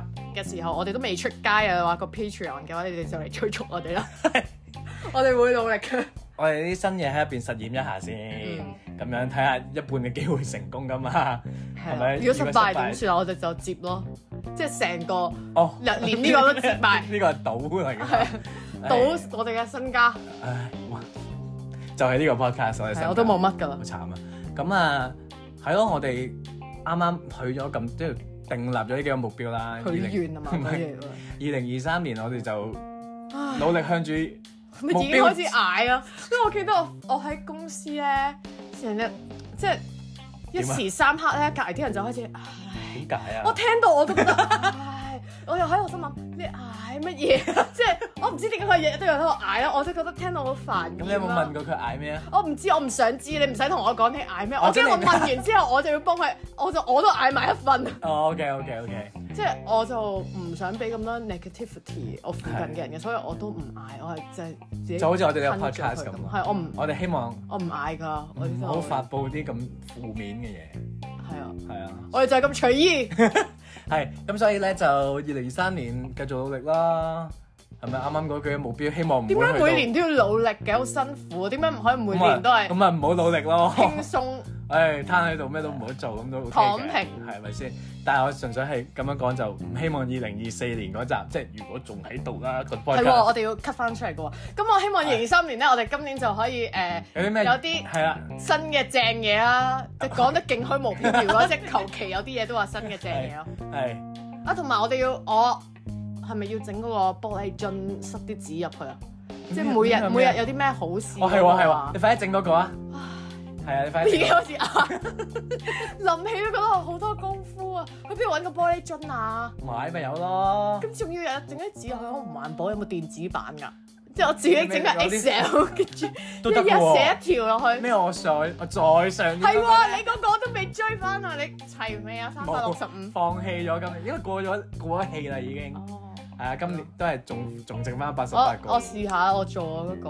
Speaker 4: 嘅時候，我哋都未出街啊，話個 Patreon 嘅話，你哋就嚟催促我 哋啦。我哋會努力嘅。
Speaker 2: 我哋啲新嘢喺入邊實驗一下先，
Speaker 4: 嗯
Speaker 2: 咁樣睇下一半嘅機會成功噶嘛？係咪
Speaker 4: 如果失敗
Speaker 2: 如果失敗
Speaker 4: 點算啊？我哋就接咯，即係成個
Speaker 2: 哦，
Speaker 4: 連呢個都接埋
Speaker 2: 呢個係賭嚟㗎
Speaker 4: 係。啊
Speaker 2: 唉
Speaker 4: 賭我哋嘅身家，
Speaker 2: 唉，哇！就係呢個 podcast，我哋
Speaker 4: 係啊我都冇乜㗎啦
Speaker 2: 好。慘啊！咁啊，係咯，我哋啱啱去咗咁，即係定立咗呢幾個目標啦。
Speaker 4: 許願啊嘛，
Speaker 2: 唔係
Speaker 4: 嗰啲
Speaker 2: 二零二三年，我哋就
Speaker 4: 唉
Speaker 2: 努力向住
Speaker 4: 咪已經開始嗌啦，因為我記得我我喺公司咧，成日即係一時三刻咧，隔離啲人就開始唉，
Speaker 2: 點解啊
Speaker 4: 我？聽到我都覺得唉，我又喺度心諗你嗌乜嘢 啊？即係我唔知點解佢日日都有喺度嗌啦，我真係覺得聽到好煩厭
Speaker 2: 咁你有冇問
Speaker 4: 啊！
Speaker 2: 過佢嗌咩啊？
Speaker 4: 我唔知，我唔想知，你唔使同我講你嗌咩，
Speaker 2: 我
Speaker 4: 我
Speaker 2: 真
Speaker 4: 驚
Speaker 2: 係
Speaker 4: 我問完之後，我就要幫佢，我就我都嗌埋一份，
Speaker 2: 哦，OK，OK，OK，
Speaker 4: 即係我就唔想俾咁多 negativity 我附近嘅人嘅，所以我都唔嗌，我係就係自己
Speaker 2: 就好似我哋呢個
Speaker 4: 吞咗佢
Speaker 2: podcast 咁啊
Speaker 4: 係我唔。
Speaker 2: 我哋希望
Speaker 4: 我唔嗌噶，我哋
Speaker 2: 唔
Speaker 4: 就
Speaker 2: 好發布啲咁負面嘅
Speaker 4: 係啊，
Speaker 2: 嘢，係啊。
Speaker 4: 我哋就係咁 隨意。
Speaker 2: 係，咁所以咧就二零二三年繼續努力啦，係咪啱啱嗰句嘅目標？希望唔
Speaker 4: 點解
Speaker 2: 會
Speaker 4: 每
Speaker 2: 去
Speaker 4: 年都要努力嘅？好辛苦啊，點解唔可
Speaker 2: 到
Speaker 4: 以每年都係
Speaker 2: 咁啊，唔好努力 咯，
Speaker 4: 輕鬆？
Speaker 2: 唉，攤喺度咩都唔好做，咁都 OK 嘅
Speaker 4: 躺平
Speaker 2: 係咪先？但係我純粹係咁樣講，就唔希望二零二四年嗰集，即係如果仲喺度啦，個
Speaker 4: 係
Speaker 2: podcast
Speaker 4: 喎，我哋要 cut 翻出嚟嘅喎。咁我希望二零三年咧，我哋今年就可以誒
Speaker 2: 有啲咩
Speaker 4: 有啲
Speaker 2: 係啦，
Speaker 4: 新嘅正嘢啦，即係講得勁虛無縹緲啦，即係求其有啲嘢都話新嘅正嘢咯。
Speaker 2: 係
Speaker 4: 啊，同埋我哋要我係咪要整嗰個玻璃樽塞啲紙入去啊？即係每日
Speaker 2: 嗯
Speaker 4: 每日有啲咩好事？
Speaker 2: 哦係喎係喎，你快啲整嗰個啊！係啊，你快
Speaker 4: 已
Speaker 2: 啲
Speaker 4: 經
Speaker 2: 整嗰
Speaker 4: 開始嗌，諗起都覺得我好多功夫啊！去邊度揾個玻璃樽啊？
Speaker 2: 個買咪有咯。
Speaker 4: 咁仲要有整啲紙去，好唔環保，有冇電子版㗎？即係我自己整個
Speaker 2: 有啲
Speaker 4: Excel，跟住
Speaker 2: 都
Speaker 4: 一
Speaker 2: 得
Speaker 4: 日寫
Speaker 2: 喎
Speaker 4: 一條落去。
Speaker 2: 咩？啊我上我再上
Speaker 4: 係喎，你嗰個我都未追翻啊！你齊未啊？三百六十五。
Speaker 2: 放棄咗今年，因為過咗過咗氣啦已經。
Speaker 4: 哦，
Speaker 2: 係啊，今年都係仲仲剩翻八十
Speaker 4: 我
Speaker 2: 八個，
Speaker 4: 我試下我做啊嗰個，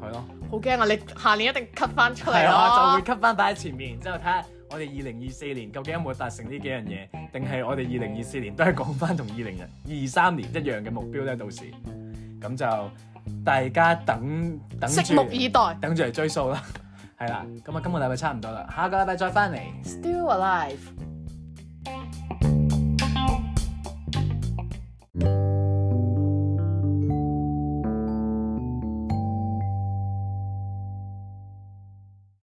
Speaker 2: 係咯，
Speaker 4: 好驚啊！你下年一定 cut 翻出嚟
Speaker 2: 係啊，
Speaker 4: 咯
Speaker 2: 就。會吸翻擺喺前面，然之後睇下我哋二零二四年究竟有冇達成呢幾樣嘢，定係我哋二零二四年都係講翻同二零二三年一樣嘅目標咧？到時咁就大家等等
Speaker 4: 拭目以
Speaker 2: 住，
Speaker 4: 待。
Speaker 2: 等住嚟追數啦，係啦，咁啊，今個禮拜差唔多啦，下個禮拜再翻嚟，
Speaker 4: Still alive。